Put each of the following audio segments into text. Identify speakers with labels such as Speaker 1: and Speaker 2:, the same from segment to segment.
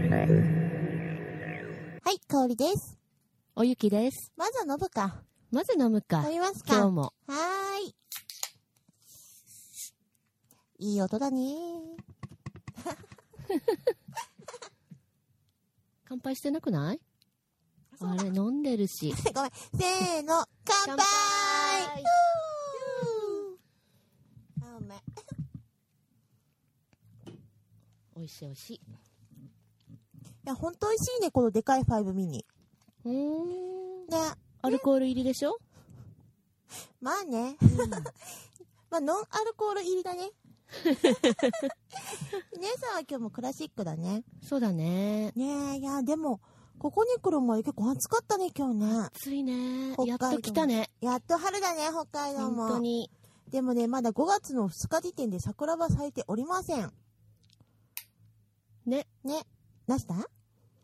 Speaker 1: はい、香りです。
Speaker 2: おゆきです。
Speaker 1: まずは飲むか。
Speaker 2: まず飲むか
Speaker 1: 飲。みます
Speaker 2: 今日
Speaker 1: か。
Speaker 2: も。
Speaker 1: はーい。いい音だね。
Speaker 2: 乾杯してなくない
Speaker 1: そう
Speaker 2: あ
Speaker 1: だ
Speaker 2: れ、飲んでるし。
Speaker 1: ごめん。せーの、乾
Speaker 2: 乾
Speaker 1: 杯
Speaker 2: 杯
Speaker 1: ふぅあ、うまい。
Speaker 2: 美味しい美味しい。
Speaker 1: いや、ほんと美味しいね、このでかいファイブミニ。
Speaker 2: うーん。
Speaker 1: ね。
Speaker 2: アルコール入りでしょ
Speaker 1: まあね。まあ、ノンアルコール入りだね。 姉さんは今日もクラシックだね。
Speaker 2: そうだね。
Speaker 1: ねえ、いや、でも、ここに来る前結構暑かったね、今日ね。
Speaker 2: 暑いね
Speaker 1: 北。海
Speaker 2: やっ
Speaker 1: 道
Speaker 2: と来たね。
Speaker 1: やっと春だね、北海道
Speaker 2: 本
Speaker 1: も。
Speaker 2: 当に。
Speaker 1: でもね、まだ5月の2日時点で桜は咲いておりません。
Speaker 2: ね。
Speaker 1: ね。なした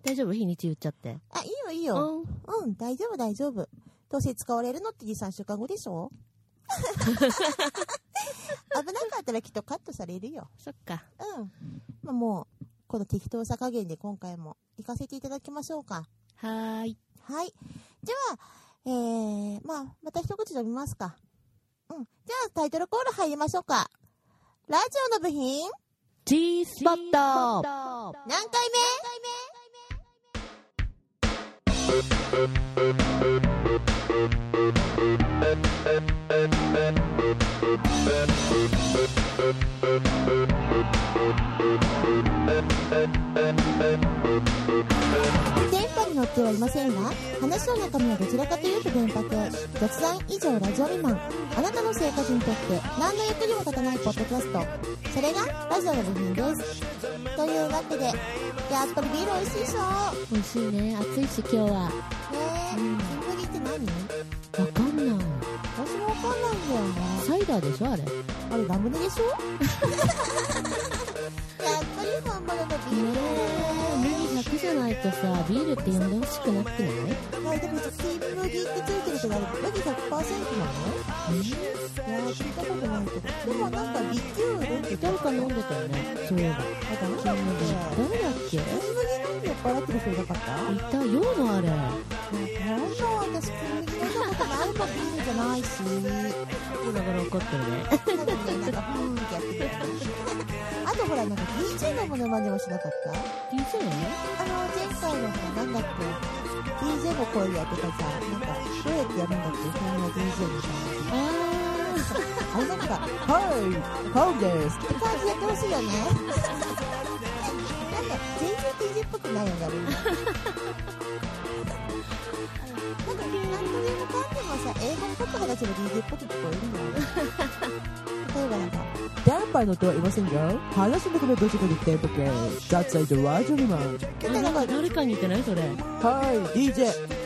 Speaker 2: 大丈夫日にち言っちゃって。
Speaker 1: あ、いいよいいうよ。
Speaker 2: ん。
Speaker 1: うん、大丈夫大丈夫。どうせ使われるのって2、3週間後でし ょ危なかったらきっとカットされるよ。
Speaker 2: そっか。
Speaker 1: うん。まあ、もう、この適当さ加減で今回も行かせていただきましょうか。
Speaker 2: はーい。
Speaker 1: はい。では、えー、まあ、また一口飲みますか。うん。じゃあ、タイトルコール入りましょうか。ラジオの部品、
Speaker 2: G スポッ
Speaker 1: 何
Speaker 2: ト
Speaker 1: 回目電波に乗ってはいませんが話の中身はどちらかというと電波系雑談以上ラジオ未満あなたの生活にとって何の役にも立たないポッドキャストそれがラジオの部品ですというわけでいやっぱりビール美味しいでしょ
Speaker 2: 美味しいね。暑いし今日は。
Speaker 1: ねえ
Speaker 2: うん
Speaker 1: 金麦って何
Speaker 2: わかんない。
Speaker 1: 私もわかんないんだよね
Speaker 2: サイダーでしょあれ。ね
Speaker 1: あれラムネでしょやっぱり本物のビ
Speaker 2: え。
Speaker 1: ール
Speaker 2: 麦だけじゃないとさ、ビールって呼んでほしくなくない
Speaker 1: はい、でも金麦ってついてるとなると麦100%なのいやー聞いたことないけどでもなんかリキュールって
Speaker 2: なんか飲んでたよね。そういえば。
Speaker 1: ダメだ
Speaker 2: 金
Speaker 1: っ
Speaker 2: 麦。
Speaker 1: け
Speaker 2: 誰だっけ
Speaker 1: 金麦飲んで酔っ払ってる人いなかった
Speaker 2: いたようのあれ
Speaker 1: なんか私金麦飲んだことないもんビールじゃないし
Speaker 2: だから怒ってる
Speaker 1: な
Speaker 2: ね
Speaker 1: んかねなんかふーんってやってるよねあとほらなんか DJ のものまねをしなかったあ
Speaker 2: DJ ね
Speaker 1: の前回のほらなんだっけ DJ の声でやってたさなんかどうやってやるんだっけそんな DJ みたいな
Speaker 2: あ
Speaker 1: あれなんか、はい、ハウですって感じでやってほしいよね。なんか、全然 DJ っぽくないよね、あれ。なんか、なんとでもかんでもさ、英語のこと話の DJ っぽく聞こえるんだよね。例えばなんか、ダンパーの音はいませんが、話の中のどちらにテンポ系、雑菜とラジオリマン。
Speaker 2: ーあ
Speaker 1: なんか、
Speaker 2: 誰かに似てないそれ
Speaker 1: はい、DJ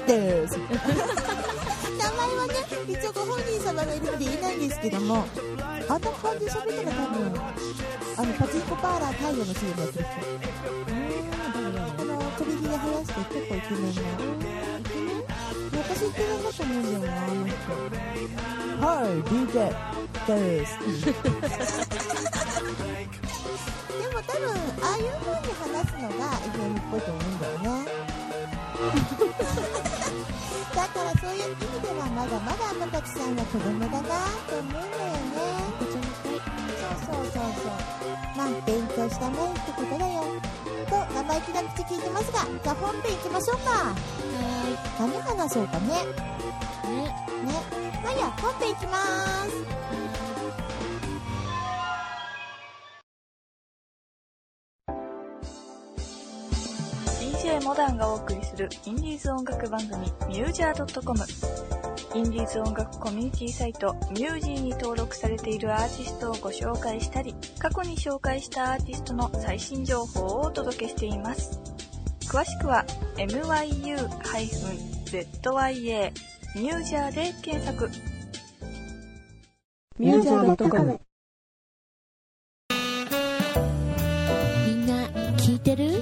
Speaker 1: です。名前はね、一応ご本人様がいるので言えないんですけども、あんな感じで喋ったら多分、あの、パチンコパーラー太陽の CM やってる人、あの、首ひげ生やして結構イケメンな。私イケメンだと思うんだよな、あの人。はい、DJ です。でも多分、ああいう風に話すのが FM っぽいと思うんだよね。だからそういう意味ではまだまだ天達さんは子供だなと思うんだよねそうそうそうそうまあ勉強したもんってことだよと生意気な口聞いてますがじゃあ本編行きましょうか
Speaker 2: は
Speaker 1: 何話そうかねね
Speaker 2: ーいね
Speaker 1: まあいいや本編行きまーす
Speaker 3: DJ モダンがお送りするインディーズ音楽番組ミュージャー .com インディーズ音楽コミュニティサイトミュージーに登録されているアーティストをご紹介したり過去に紹介したアーティストの最新情報をお届けしています詳しくは myu-zya ミュージャーで検索
Speaker 1: ミュージャー .com
Speaker 2: みんな聞いてる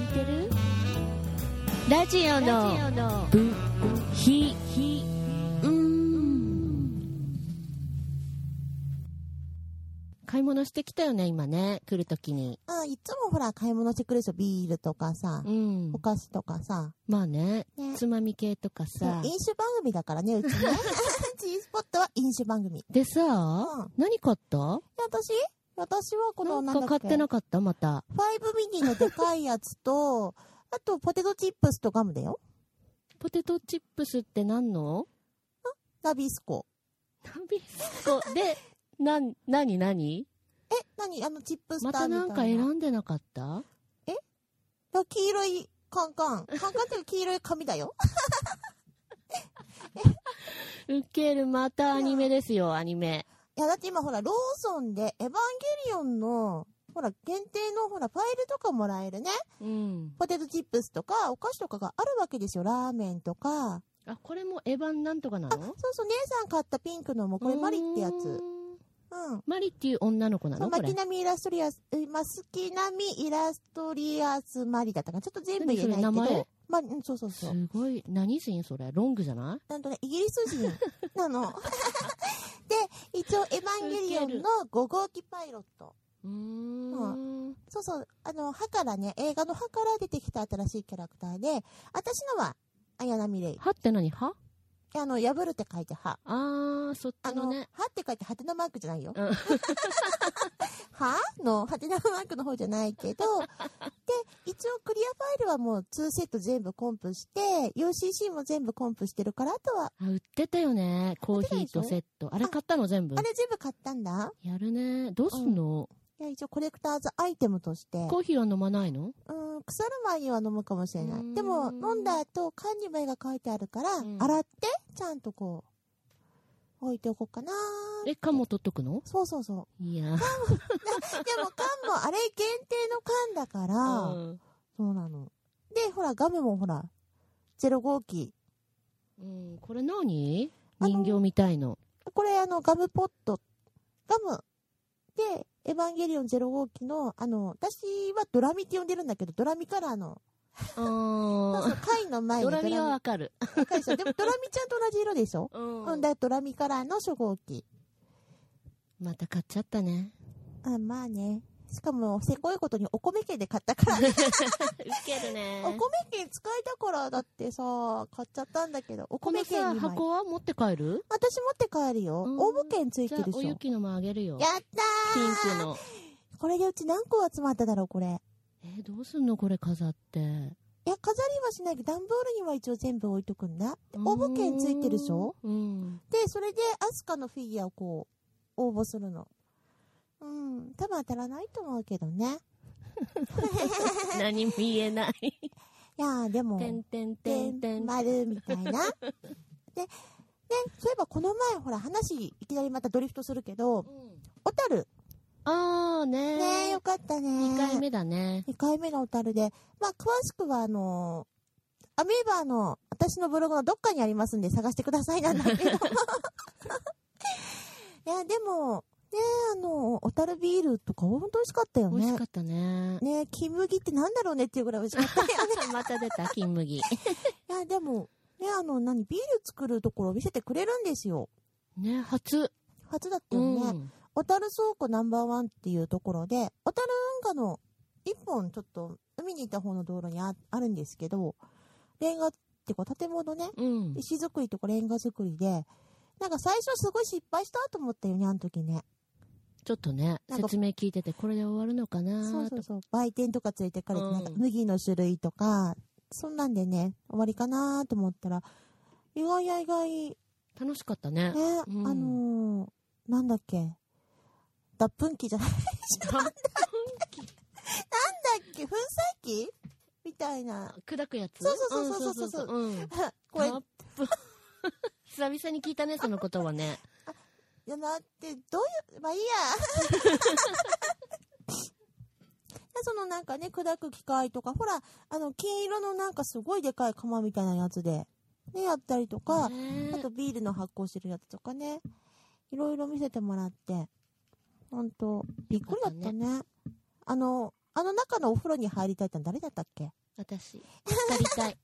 Speaker 2: ラジオの部品うん帰買い物してきたよね、今ね。来るときに。
Speaker 1: あいつもほら、買い物してくれるでしょ。ビールとかさ、
Speaker 2: うん
Speaker 1: お。菓子とかさ。
Speaker 2: まあね。
Speaker 1: ね
Speaker 2: つまみ系とかさ。
Speaker 1: 飲酒番組だからね、 うちね。G スポットは飲酒番組。
Speaker 2: でさ、
Speaker 1: ん
Speaker 2: 何買った
Speaker 1: 私私はこの、
Speaker 2: な
Speaker 1: なんんだ
Speaker 2: か
Speaker 1: っ
Speaker 2: 買っ
Speaker 1: け
Speaker 2: てなかったまた。
Speaker 1: ファイブミニのでかいやつと、あと、ポテトチップスとガムだよ。
Speaker 2: ポテトチップスって何の
Speaker 1: ナビスコ。
Speaker 2: ナビスコで、なん、なになに
Speaker 1: え、何あの、チップス
Speaker 2: ま
Speaker 1: ター
Speaker 2: た
Speaker 1: みた
Speaker 2: ない
Speaker 1: な。
Speaker 2: んか選んでなかっ
Speaker 1: あ
Speaker 2: た
Speaker 1: 黄色いカンカン。カンカンっていうか黄色い紙だよ。
Speaker 2: ウケる、またアニメですよ、アニメ。
Speaker 1: いや、だって今ほら、ローソンで、エヴァンゲリオンの、ほら、限定のほら、ファイルとかもらえるね。
Speaker 2: うん。
Speaker 1: ポテトチップスとか、お菓子とかがあるわけですよ。ラーメンとか。
Speaker 2: あ、これもエヴァンなんとかな
Speaker 1: そう
Speaker 2: の
Speaker 1: そう、姉さん買ったピンクのも、これマリってやつ。
Speaker 2: うーん。
Speaker 1: うん。
Speaker 2: マリっていう女の子な
Speaker 1: そう、
Speaker 2: のこ
Speaker 1: マ
Speaker 2: れ
Speaker 1: キ。ナミイラストリアス、えマスキナミイラストリアスマリだったかなちょっと全部言えないけど。
Speaker 2: 何それ名前
Speaker 1: まあ、うんそうそうそう。
Speaker 2: すごい。何人それロングじゃない
Speaker 1: なんとね、イギリス人な の。で、一応、エヴァンゲリオンの5号機パイロット。
Speaker 2: うーん。
Speaker 1: そうそう、あの、歯からね、映画の歯から出てきた新しいキャラクターで、私のは、綾波レイ。
Speaker 2: 歯って何歯
Speaker 1: あの、破るって書いて歯。
Speaker 2: あー、そっ
Speaker 1: あ
Speaker 2: ち
Speaker 1: の、
Speaker 2: のね。
Speaker 1: 歯って書いて、ハテナマークじゃないよ。
Speaker 2: うん
Speaker 1: 歯の、ハテナマークの方じゃないけど、 で、一応クリアファイルはもう2セット全部コンプして、UCC も全部コンプしてるから、あとは、
Speaker 2: あ、売ってたよね。コーヒーとセット。あれ買ったの全部
Speaker 1: あ。れ全部買ったんだ。
Speaker 2: やるね。どうすんの
Speaker 1: いや、一応コレクターズアイテムとして。
Speaker 2: コーヒーは飲まないの
Speaker 1: うん、腐る前には飲むかもしれな
Speaker 2: うーん
Speaker 1: い。でも、飲んだ後、缶に目が書いてあるから、
Speaker 2: うん
Speaker 1: 洗って、ちゃんとこう、置いておこうかな
Speaker 2: え、缶も取っとくの
Speaker 1: そうそう そう。
Speaker 2: いや。
Speaker 1: でも、缶もあれ限定の缶だから、
Speaker 2: うん
Speaker 1: そうなの。で、ほら、ガムもほら、ゼロ号機。
Speaker 2: うん。これ何
Speaker 1: あの
Speaker 2: 人形みたいの。
Speaker 1: これ、あの、ガムポット。ガム。で、エヴァンゲリオンゼロ号機の、あの、私はドラミって呼んでるんだけど、ドラミカラーの、
Speaker 2: あ
Speaker 1: そうそう
Speaker 2: ー。
Speaker 1: 貝の前に
Speaker 2: ドラミはわかる。
Speaker 1: ドラミ赤いでしょでもドラミちゃんと同じ色でしょ
Speaker 2: う
Speaker 1: うんん、だドラミカラーの初号機。
Speaker 2: また買っちゃっ たね。
Speaker 1: あ、まあね。しかも、せこいことにお米券で買ったから、ね、
Speaker 2: ウケるね
Speaker 1: お米券使えたから、だってさ、買っちゃったんだけど、お
Speaker 2: この
Speaker 1: 米券
Speaker 2: さ、
Speaker 1: 2枚。
Speaker 2: 箱は持って帰る
Speaker 1: 私持って帰るよ。
Speaker 2: うん
Speaker 1: 応募券つい
Speaker 2: じ
Speaker 1: て
Speaker 2: ゃあ
Speaker 1: るで、しょ。
Speaker 2: お
Speaker 1: や
Speaker 2: ゆ
Speaker 1: っ
Speaker 2: きのもあげるよ。
Speaker 1: た
Speaker 2: ピン
Speaker 1: ー
Speaker 2: クの。
Speaker 1: これでうち何個集まっただろう、これ。い
Speaker 2: えー、どうすんのこれ飾って。
Speaker 1: や、飾りはしないけど、段ボールには一応全部置いとくんだ。で応募券ついてるでしょ
Speaker 2: うん。
Speaker 1: で、それで、アスカのフィギュアをこう、応募するの。うん、多分当たらないと思うけど ね。
Speaker 2: 何も言えない。
Speaker 1: いやー、でも。
Speaker 2: てんてんて
Speaker 1: て
Speaker 2: ん
Speaker 1: ん
Speaker 2: てん。
Speaker 1: まるみたいな。で、で、そういえばこの前、ほら、話、いきなりまたドリフトするけど、小樽。
Speaker 2: あーね
Speaker 1: ねえ、よかったね。
Speaker 2: 2回。目だね。
Speaker 1: 2回目の小樽で、まあ、詳しくは、あのーアメーバーの、私のブログのどっかにありますんで、探してくださいなんだけど。い や、でも、ねえ、あの、小樽ビールとか、本当美味しかったよ
Speaker 2: 美味し
Speaker 1: ね
Speaker 2: か。ったね。
Speaker 1: ねえ、金麦ってなんだろうねっていうぐらい美味しかったよね。
Speaker 2: また出た、金麦。
Speaker 1: いや、でも、ね、あの、何、ビール作るところを見せてくれるんですよ。
Speaker 2: ね、初。
Speaker 1: 初だった
Speaker 2: う
Speaker 1: よね。
Speaker 2: ん。
Speaker 1: 小樽倉庫ナンバーワンっていうところで、小樽運河の一本ちょっと海に行った方の道路にああるんですけど、レンガってこう建物ね、
Speaker 2: うん。
Speaker 1: 石造りとかレンガ造りで、なんか最初すごい失敗したと思ったよね、あの時ね。
Speaker 2: ちょっとね、
Speaker 1: なんか
Speaker 2: 説明聞いてて、これで終わるのかな
Speaker 1: そう
Speaker 2: ー
Speaker 1: そ
Speaker 2: と
Speaker 1: うそう。売店とか連れてかれて、
Speaker 2: うん
Speaker 1: なんか麦の種類とか、そんなんでね、終わりかなと思ったら、意外や意外、
Speaker 2: 楽しかったね。
Speaker 1: ね、
Speaker 2: うん
Speaker 1: あのー、なんだっけ、脱粉機じゃないなんだっけ、粉砕機みたいな。
Speaker 2: 砕くやつ
Speaker 1: そうそうそうそうそうそうん
Speaker 2: ん
Speaker 1: これ、
Speaker 2: タップ久々に聞いた ね、その言葉ね。
Speaker 1: いや、なって、どういう、まあいいや。 そのなんかね、砕く機械とか、ほら、あの、金色のなんかすごいでかい釜みたいなやつで、ね、やったりとか、
Speaker 2: ね
Speaker 1: あとビールの発酵してるやつとかね、いろいろ見せてもらって、ほんと、びっくりだったね。あの、あの中のお風呂に入りたいっての誰だったっけい
Speaker 2: 私、浸りたい。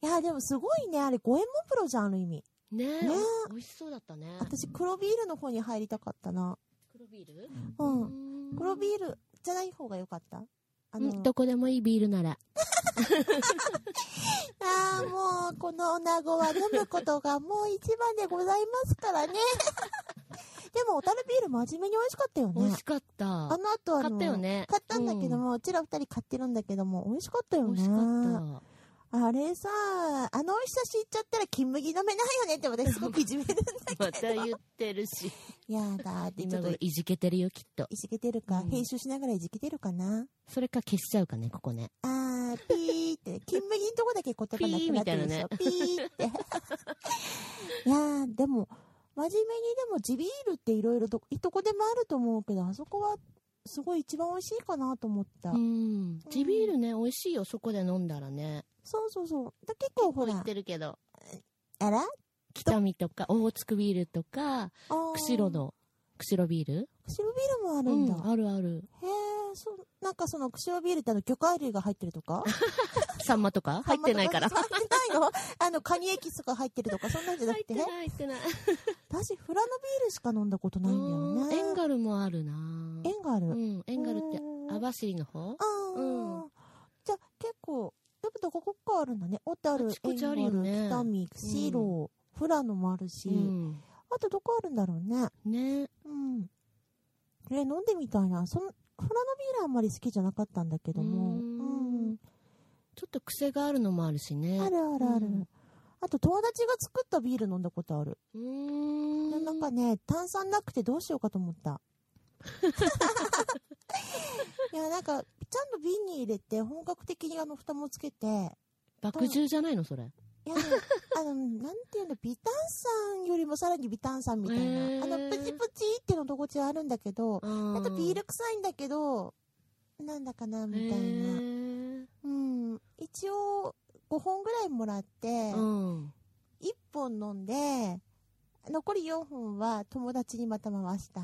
Speaker 1: や、でもすごいね、あれ、五右衛門風呂じゃん、ある意味。
Speaker 2: ねえ
Speaker 1: ね
Speaker 2: 美味しそうだったね。
Speaker 1: 私、黒ビールの方に入りたかったな。
Speaker 2: 黒ビビール
Speaker 1: う。
Speaker 2: うんん
Speaker 1: 黒ビールじゃない方が良かったあの、
Speaker 2: どこでもいいビールなら。
Speaker 1: ああ、もう、この女子は飲むことがもう一番でございますから ね。でも、小樽ビール真面目に美味しかったよ
Speaker 2: 美味
Speaker 1: ね
Speaker 2: し。かった。
Speaker 1: あの後あの、
Speaker 2: 買ったよね。
Speaker 1: 買ったんだけど
Speaker 2: うん
Speaker 1: も、うちら二人買ってるんだけども、美味しかったよね。
Speaker 2: 美味しかっ
Speaker 1: あれさ、あの美味しさ知っちゃったら金麦飲めないよねって私すごくいじめるんだけど。
Speaker 2: た。また言って るし。
Speaker 1: いやだってちょ
Speaker 2: 今
Speaker 1: っと
Speaker 2: 頃いじけてるよ、きっと。
Speaker 1: いじけてるか、
Speaker 2: うん
Speaker 1: 編集しながらいじけてるかな。
Speaker 2: それか消しちゃうかね、ここね。
Speaker 1: あー、ピーって、金麦のとこだけ言葉なくなってるでしょ。ピーって。 いやー、でも、真面目にでも地ビールっていろいろど、いとこでもあると思うけど、あそこは、すごい一番美味しいかなと思った。
Speaker 2: うん。地ビールね、美味しいよ、そこで飲んだらね。
Speaker 1: そうそうそう。だ結構ほ
Speaker 2: こう言
Speaker 1: ら
Speaker 2: っ、てるけど。
Speaker 1: あら
Speaker 2: 北見とか、大津ビールとか、
Speaker 1: あー
Speaker 2: 釧路。の、釧路ビール
Speaker 1: 釧路ビールもある
Speaker 2: うん
Speaker 1: だ。
Speaker 2: ん、あるある。
Speaker 1: へえ、そう、なんかその、釧路ビールってあの、魚介類が入ってるとか
Speaker 2: サンマとか 入ってないから。
Speaker 1: 入ってないのあの、カニエキスが入ってるとか、そんなんじゃなく
Speaker 2: 入って
Speaker 1: て
Speaker 2: な
Speaker 1: ね
Speaker 2: い、。入ってない。
Speaker 1: 私、フラのビールしか飲んだことないんだよね。
Speaker 2: エンガルもあるな
Speaker 1: 縁がある。
Speaker 2: う
Speaker 1: あ
Speaker 2: ん、エンガルって
Speaker 1: う、ん
Speaker 2: 網走の方
Speaker 1: あー、
Speaker 2: う
Speaker 1: じゃあ、結構、やっぱどここかあるんだね。小樽、
Speaker 2: あちこちあるよね
Speaker 1: 縁がある北見、釧路、富良野もあるし、
Speaker 2: うん。
Speaker 1: あとどこあるんだろうね。
Speaker 2: ね。
Speaker 1: うん。え、飲んでみたいな。その、フラのビールあんまり好きじゃなかったんだけども。
Speaker 2: うーん
Speaker 1: うん
Speaker 2: ちょっと癖があるのもあるしね。
Speaker 1: あるあるある。
Speaker 2: うん
Speaker 1: あと、友達が作ったビール飲んだことある。
Speaker 2: うーん。
Speaker 1: なんかね、炭酸なくてどうしようかと思 った。いや、なんか、ちゃんと瓶に入れて、本格的にあの、蓋もつけて、い
Speaker 2: 爆汁じゃないのそれ。
Speaker 1: や、あの、なんていうの、微炭酸よりもさらに微炭酸みたいな。
Speaker 2: へー
Speaker 1: あの、プチプチってのどこちあるんだけど、
Speaker 2: あ
Speaker 1: あとビール臭いんだけど、なんだかな、みたいな。
Speaker 2: な。
Speaker 1: うん。一応、5本ぐらいもらって、
Speaker 2: うん。
Speaker 1: 1本飲んで、残り4本は友達にまた回 した。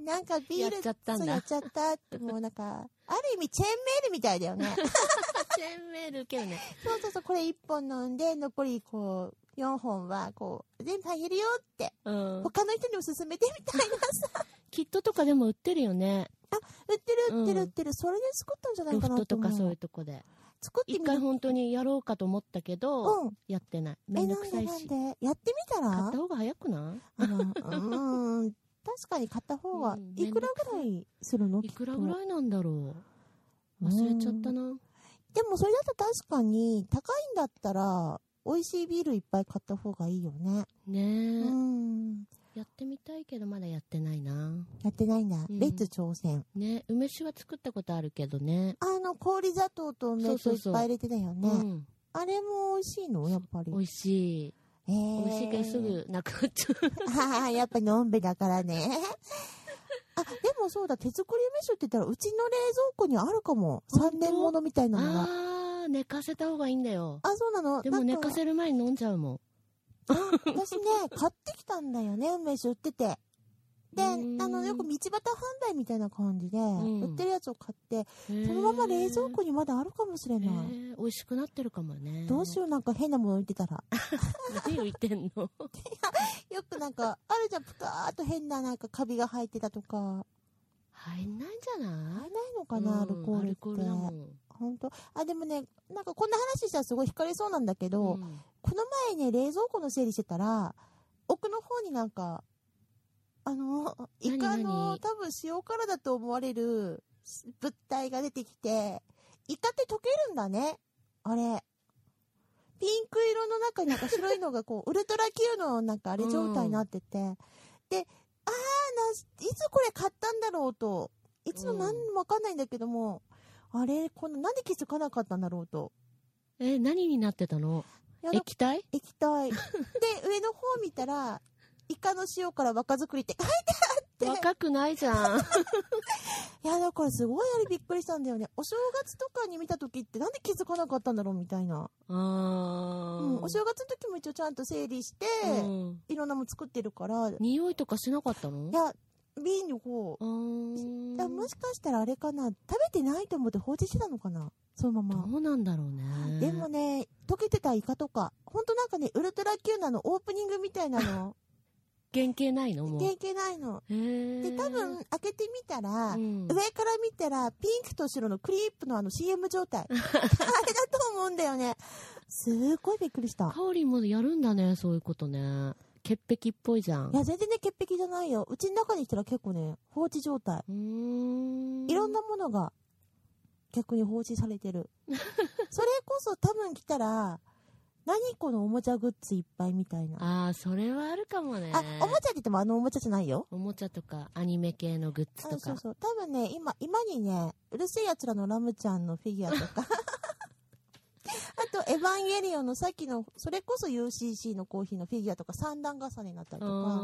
Speaker 1: なんかビール、
Speaker 2: やっちゃったん
Speaker 1: そ
Speaker 2: だ
Speaker 1: うやっちゃったって、もうなんか、ある意味チェーンメールみたいだ よね。
Speaker 2: チェーンメール受けるね。
Speaker 1: そうそうそう、これ1本飲んで、残りこう、4本はこう、全部入るよって、
Speaker 2: うん。
Speaker 1: 他の人にも勧めてみたいなさ。
Speaker 2: キットとかでも売ってるよね。
Speaker 1: 売ってる売ってる
Speaker 2: う
Speaker 1: 売
Speaker 2: ん
Speaker 1: ってる、それで作ったんじゃない
Speaker 2: ロ
Speaker 1: か
Speaker 2: フ
Speaker 1: な
Speaker 2: ト
Speaker 1: と
Speaker 2: と
Speaker 1: 思う。
Speaker 2: かそういうとこで。
Speaker 1: 作って
Speaker 2: 一
Speaker 1: みる
Speaker 2: 回。本当にやろうかと思ったけど、
Speaker 1: うん。
Speaker 2: やってない。め
Speaker 1: え、
Speaker 2: んど
Speaker 1: な
Speaker 2: く
Speaker 1: ん
Speaker 2: さ
Speaker 1: で
Speaker 2: い
Speaker 1: なんで
Speaker 2: し。買っ
Speaker 1: やってみたら
Speaker 2: た方が早くな
Speaker 1: あの、うーん、確かに買った方が
Speaker 2: う、ん
Speaker 1: いくらぐらいするの
Speaker 2: い
Speaker 1: きっ
Speaker 2: く
Speaker 1: と
Speaker 2: らぐらいなんだろう。忘れちゃった
Speaker 1: うん
Speaker 2: な。
Speaker 1: でもそれだと確かに、高いんだったら、美味しいビールいっぱい買った方がいいよね。う
Speaker 2: ね
Speaker 1: ん。
Speaker 2: え。やってみたいけど、まだやってないな。
Speaker 1: やってないんだ。
Speaker 2: うん
Speaker 1: レッツ挑戦。
Speaker 2: ね梅酒は作ったことあるけどね。
Speaker 1: あの、氷砂糖と梅と
Speaker 2: そう
Speaker 1: い
Speaker 2: そう
Speaker 1: っ
Speaker 2: そう
Speaker 1: ぱい入れてたよ
Speaker 2: う
Speaker 1: ね。
Speaker 2: ん。
Speaker 1: あれも美味しいのやっぱり
Speaker 2: 美。味しい。
Speaker 1: えー
Speaker 2: 美味しいけどす。ぐなくなっちゃう。
Speaker 1: はあ、やっぱのんべだから ね。あ、でもそうだ、手作り梅酒って言ったら、うちの冷蔵庫にあるかも。
Speaker 2: 本当
Speaker 1: 3年ものみたいなのが。
Speaker 2: あー、寝かせた方がいいんだよ。
Speaker 1: あ、そうなの
Speaker 2: でも
Speaker 1: なん
Speaker 2: 寝かせる前に飲んじゃうもん。
Speaker 1: 私ね、買ってきたんだよね、梅酒売ってて。で、あ
Speaker 2: うーん
Speaker 1: の、よく道端販売みたいな感じで、
Speaker 2: ん
Speaker 1: 売ってるやつを買って、
Speaker 2: そ
Speaker 1: そのまま冷蔵庫にまだあるかもしれ
Speaker 2: へ
Speaker 1: ない。
Speaker 2: ー美味しくなってるかもね。
Speaker 1: どうしよう、なんか変なもの置いてたら。
Speaker 2: う。何を言ってんの
Speaker 1: よくなんか、あるじゃん、ぷかーっと変ななんかカビが生えてたとか。
Speaker 2: 入んないんじゃ
Speaker 1: あれ
Speaker 2: な
Speaker 1: ないいのかな、アルコール
Speaker 2: うんア
Speaker 1: っ
Speaker 2: ルコール
Speaker 1: て
Speaker 2: だ。もん。
Speaker 1: ほんと。あ、でもね、なんかこんな話したらすごい惹かれそうなんだけど、
Speaker 2: うん
Speaker 1: この前ね、冷蔵庫の整理してたら、奥の方になんか、あの、イカの
Speaker 2: 何何
Speaker 1: 多分塩辛だと思われる物体が出てきて、イカって溶けるんだね。あれ。ピンク色の中になんか白いのが こう、ウルトラ Q のなんかあれ状態になってて。で、あーな、いつこれ買ったんだろうと。いつの
Speaker 2: うん
Speaker 1: 何もわかんないんだけども、あれ、この、なんで気づかなかったんだろうと。
Speaker 2: え、何になってたの
Speaker 1: いやなんか
Speaker 2: 液体
Speaker 1: 液体。で、上の方見たら、イカの塩から若作りって 書いてあって。
Speaker 2: 若くないじゃん。
Speaker 1: いや、だからすごいあれびっくりしたんだよね。お正月とかに見た時ってなんで気づかなかったんだろうみたいな。
Speaker 2: あ
Speaker 1: うん。お
Speaker 2: ー
Speaker 1: 正月の時も一応ちゃんと整理して、
Speaker 2: うん
Speaker 1: いろんなもの作ってるから、い
Speaker 2: 匂いとかしなかったの
Speaker 1: や、瓶の方
Speaker 2: あ。ー
Speaker 1: いやもしかしたらあれかな。食べてないと思って放置してたのかな。そのまま。
Speaker 2: どうなんだろうね。
Speaker 1: でもね、溶けてたイカとか、ほんとなんかね、ウルトラ Q なのオープニングみたいなの。
Speaker 2: 原型ない のもう。
Speaker 1: 原型ないの。
Speaker 2: へー
Speaker 1: で、多分、開けてみたら、
Speaker 2: うん
Speaker 1: 上から見たら、ピンクと白のクリープのあの CM 状態。あれだと思うんだよね。すっごいびっくりした。
Speaker 2: カオリンもやるんだね、そういうことね。潔癖っぽいじゃん。
Speaker 1: いや、全然ね、潔癖じゃないよ。うちの中に来たら結構ね、放置状態。
Speaker 2: うーん。
Speaker 1: いろんなものが逆に放置されてる。それこそ多分来たら、何このおもちゃグッズいっぱいみたいな。
Speaker 2: ああ、それはあるかもね。
Speaker 1: あ、おもちゃって言ってもあのおもちゃじゃないよ。
Speaker 2: おもちゃとか、アニメ系のグッ
Speaker 1: あ
Speaker 2: ズと
Speaker 1: そ
Speaker 2: か
Speaker 1: う。そう。多分ね、今、今にね、うるせえ奴らのラムちゃんのフィギュアと か。あと、エヴァンゲリオンのさっきの、それこそ UCC のコーヒーのフィギュアとか三段重ねになったりとか。
Speaker 2: あ
Speaker 1: あ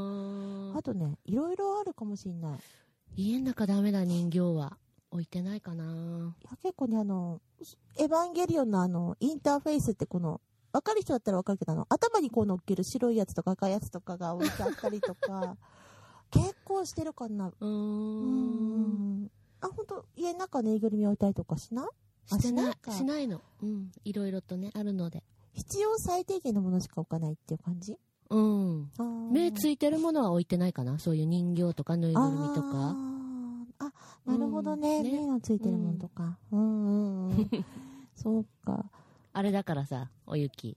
Speaker 2: ー
Speaker 1: とね、いろいろあるかもしんない。
Speaker 2: 家の中ダメだ、人形は。置いてないかない
Speaker 1: や、結構ね、あの、エヴァンゲリオンのあの、インターフェースってこの、わかる人だったらわかるけど、あの、頭にこう乗っける白いやつとか赤いやつとかが置いてあったりと か、結構してるかな。
Speaker 2: うー。
Speaker 1: うんん。あ、ほんと、家の中ぬいぐるみ置いたりとかしない
Speaker 2: して
Speaker 1: あし
Speaker 2: な
Speaker 1: ないいか
Speaker 2: しないの。うん。いろいろとね、あるので。
Speaker 1: 必要最低限のものしか置かないっていう感じ
Speaker 2: うん。
Speaker 1: あー
Speaker 2: 目ついてるものは置いてないかなそういう人形とかぬいぐるみとか。
Speaker 1: あーあなるほどね,、
Speaker 2: うんね
Speaker 1: 目のついてるものとか。うん、うん、うん。そうか。
Speaker 2: あれだからさ、お雪。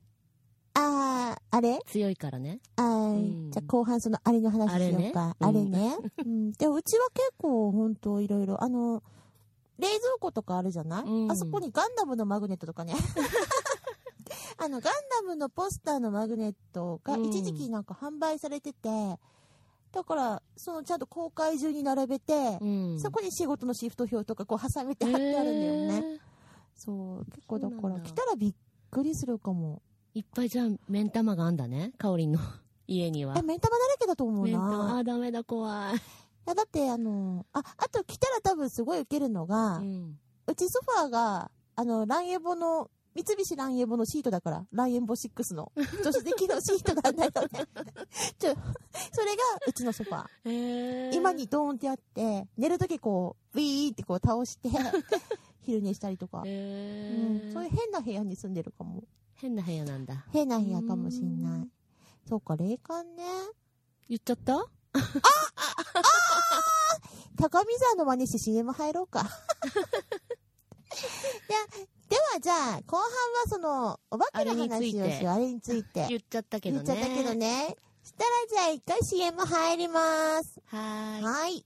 Speaker 1: あー、あれ
Speaker 2: 強いからね。
Speaker 1: は
Speaker 2: うん
Speaker 1: い。じゃあ後半そのあれの話しようか。
Speaker 2: あ
Speaker 1: あ
Speaker 2: れ
Speaker 1: れ
Speaker 2: ね
Speaker 1: ね。うん。でもうちは結構本当いろいろ、あの、冷蔵庫とかあるじゃない、
Speaker 2: うん
Speaker 1: あそこにガンダムのマグネットとか ね。あの、ガンダムのポスターのマグネットが
Speaker 2: うん
Speaker 1: 一時期なんか販売されてて、だから、そのちゃんと公開中に並べて、
Speaker 2: うん。
Speaker 1: そこに仕事のシフト表とかこう挟めて貼ってあるんだよね。
Speaker 2: へー
Speaker 1: そう、結構だ
Speaker 2: そ
Speaker 1: か
Speaker 2: うな
Speaker 1: ら
Speaker 2: んだ
Speaker 1: 来たらびっくりするかも。
Speaker 2: いっぱいじゃあ、目ん玉があんだね。かおりんの 家には
Speaker 1: え、。目ん玉だらけだと思う
Speaker 2: 目ん
Speaker 1: な。
Speaker 2: 玉。あー、ダメだ、怖い。
Speaker 1: いや、だって、あの、あ、あと来たら多分すごい受けるのが、
Speaker 2: う。
Speaker 1: うんちソファーが、あの、ランエボの、三菱ランエボのシートだから、ランエボ6の、女子的のシートなんだよね。 ちょ、それがうちのソファー。
Speaker 2: えー
Speaker 1: 今にドーンってあって、寝るときこう、ウィーってこう倒 して、昼寝したりとか。う
Speaker 2: えー
Speaker 1: ん、そういう変な部屋に住んでるかも。
Speaker 2: 変な部屋なんだ。
Speaker 1: 変な部屋かもしん
Speaker 2: う
Speaker 1: なんい。そうか、霊感ね。
Speaker 2: 言っちゃった
Speaker 1: 高見沢の真似して CM 入ろうか。 いや、ではじゃあ、後半はその、お化けの話をしよう。あれについて。
Speaker 2: 言っちゃったけど
Speaker 1: 言っ
Speaker 2: ね。
Speaker 1: ちゃったけどね。したらじゃあ一回 CM 入ります。
Speaker 2: はーい。
Speaker 1: はい。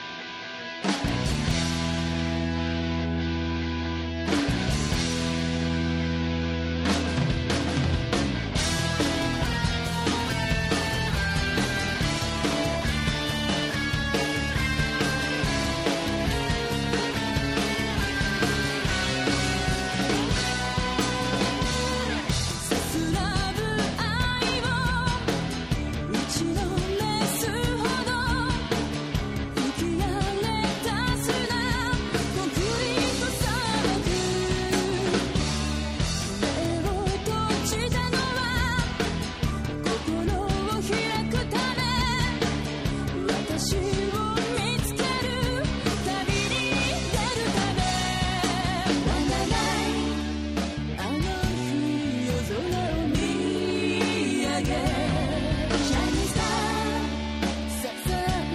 Speaker 4: 「つなぐ愛を打ちのめすほど」「浮き上れた砂コンクリート砂漠」「目を閉じたのは心を開くため」「私を見つける旅に出るため」「わない」「あの日夜空を見上げ」「100歳サザン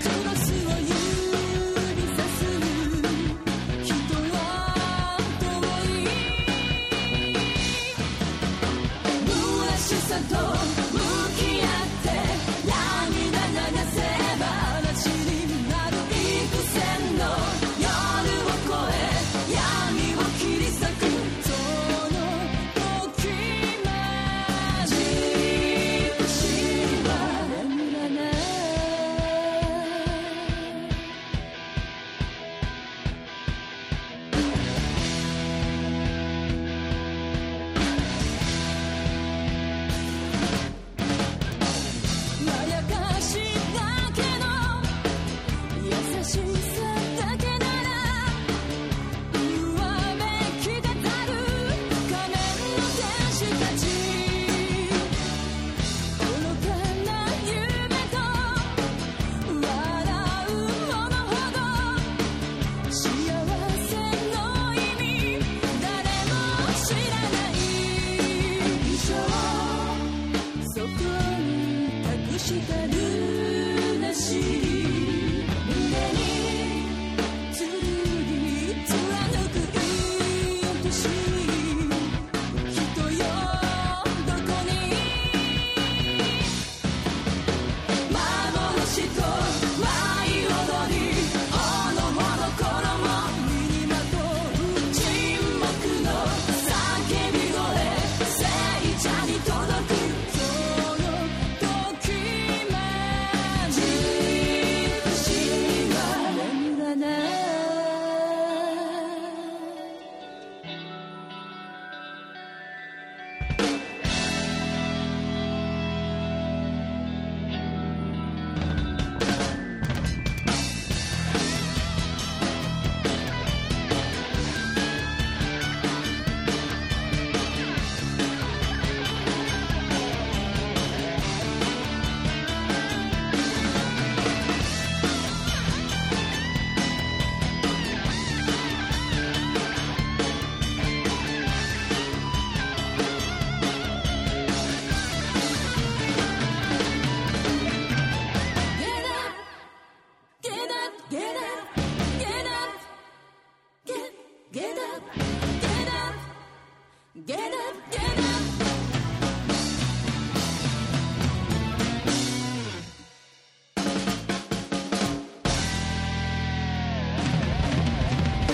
Speaker 4: クロスを指さす」「人は遠い」「虚しさと向き合って」「涙流せば話になる」「幾千の夜を越え」闇を切り裂くそのときまで」「ジプシーしたルナシー胸につるり貫くいとし人よどこに幻と舞い踊りおのもの衣身にまとう沈黙の叫び声聖ちゃんに届くその時まで死は眠らない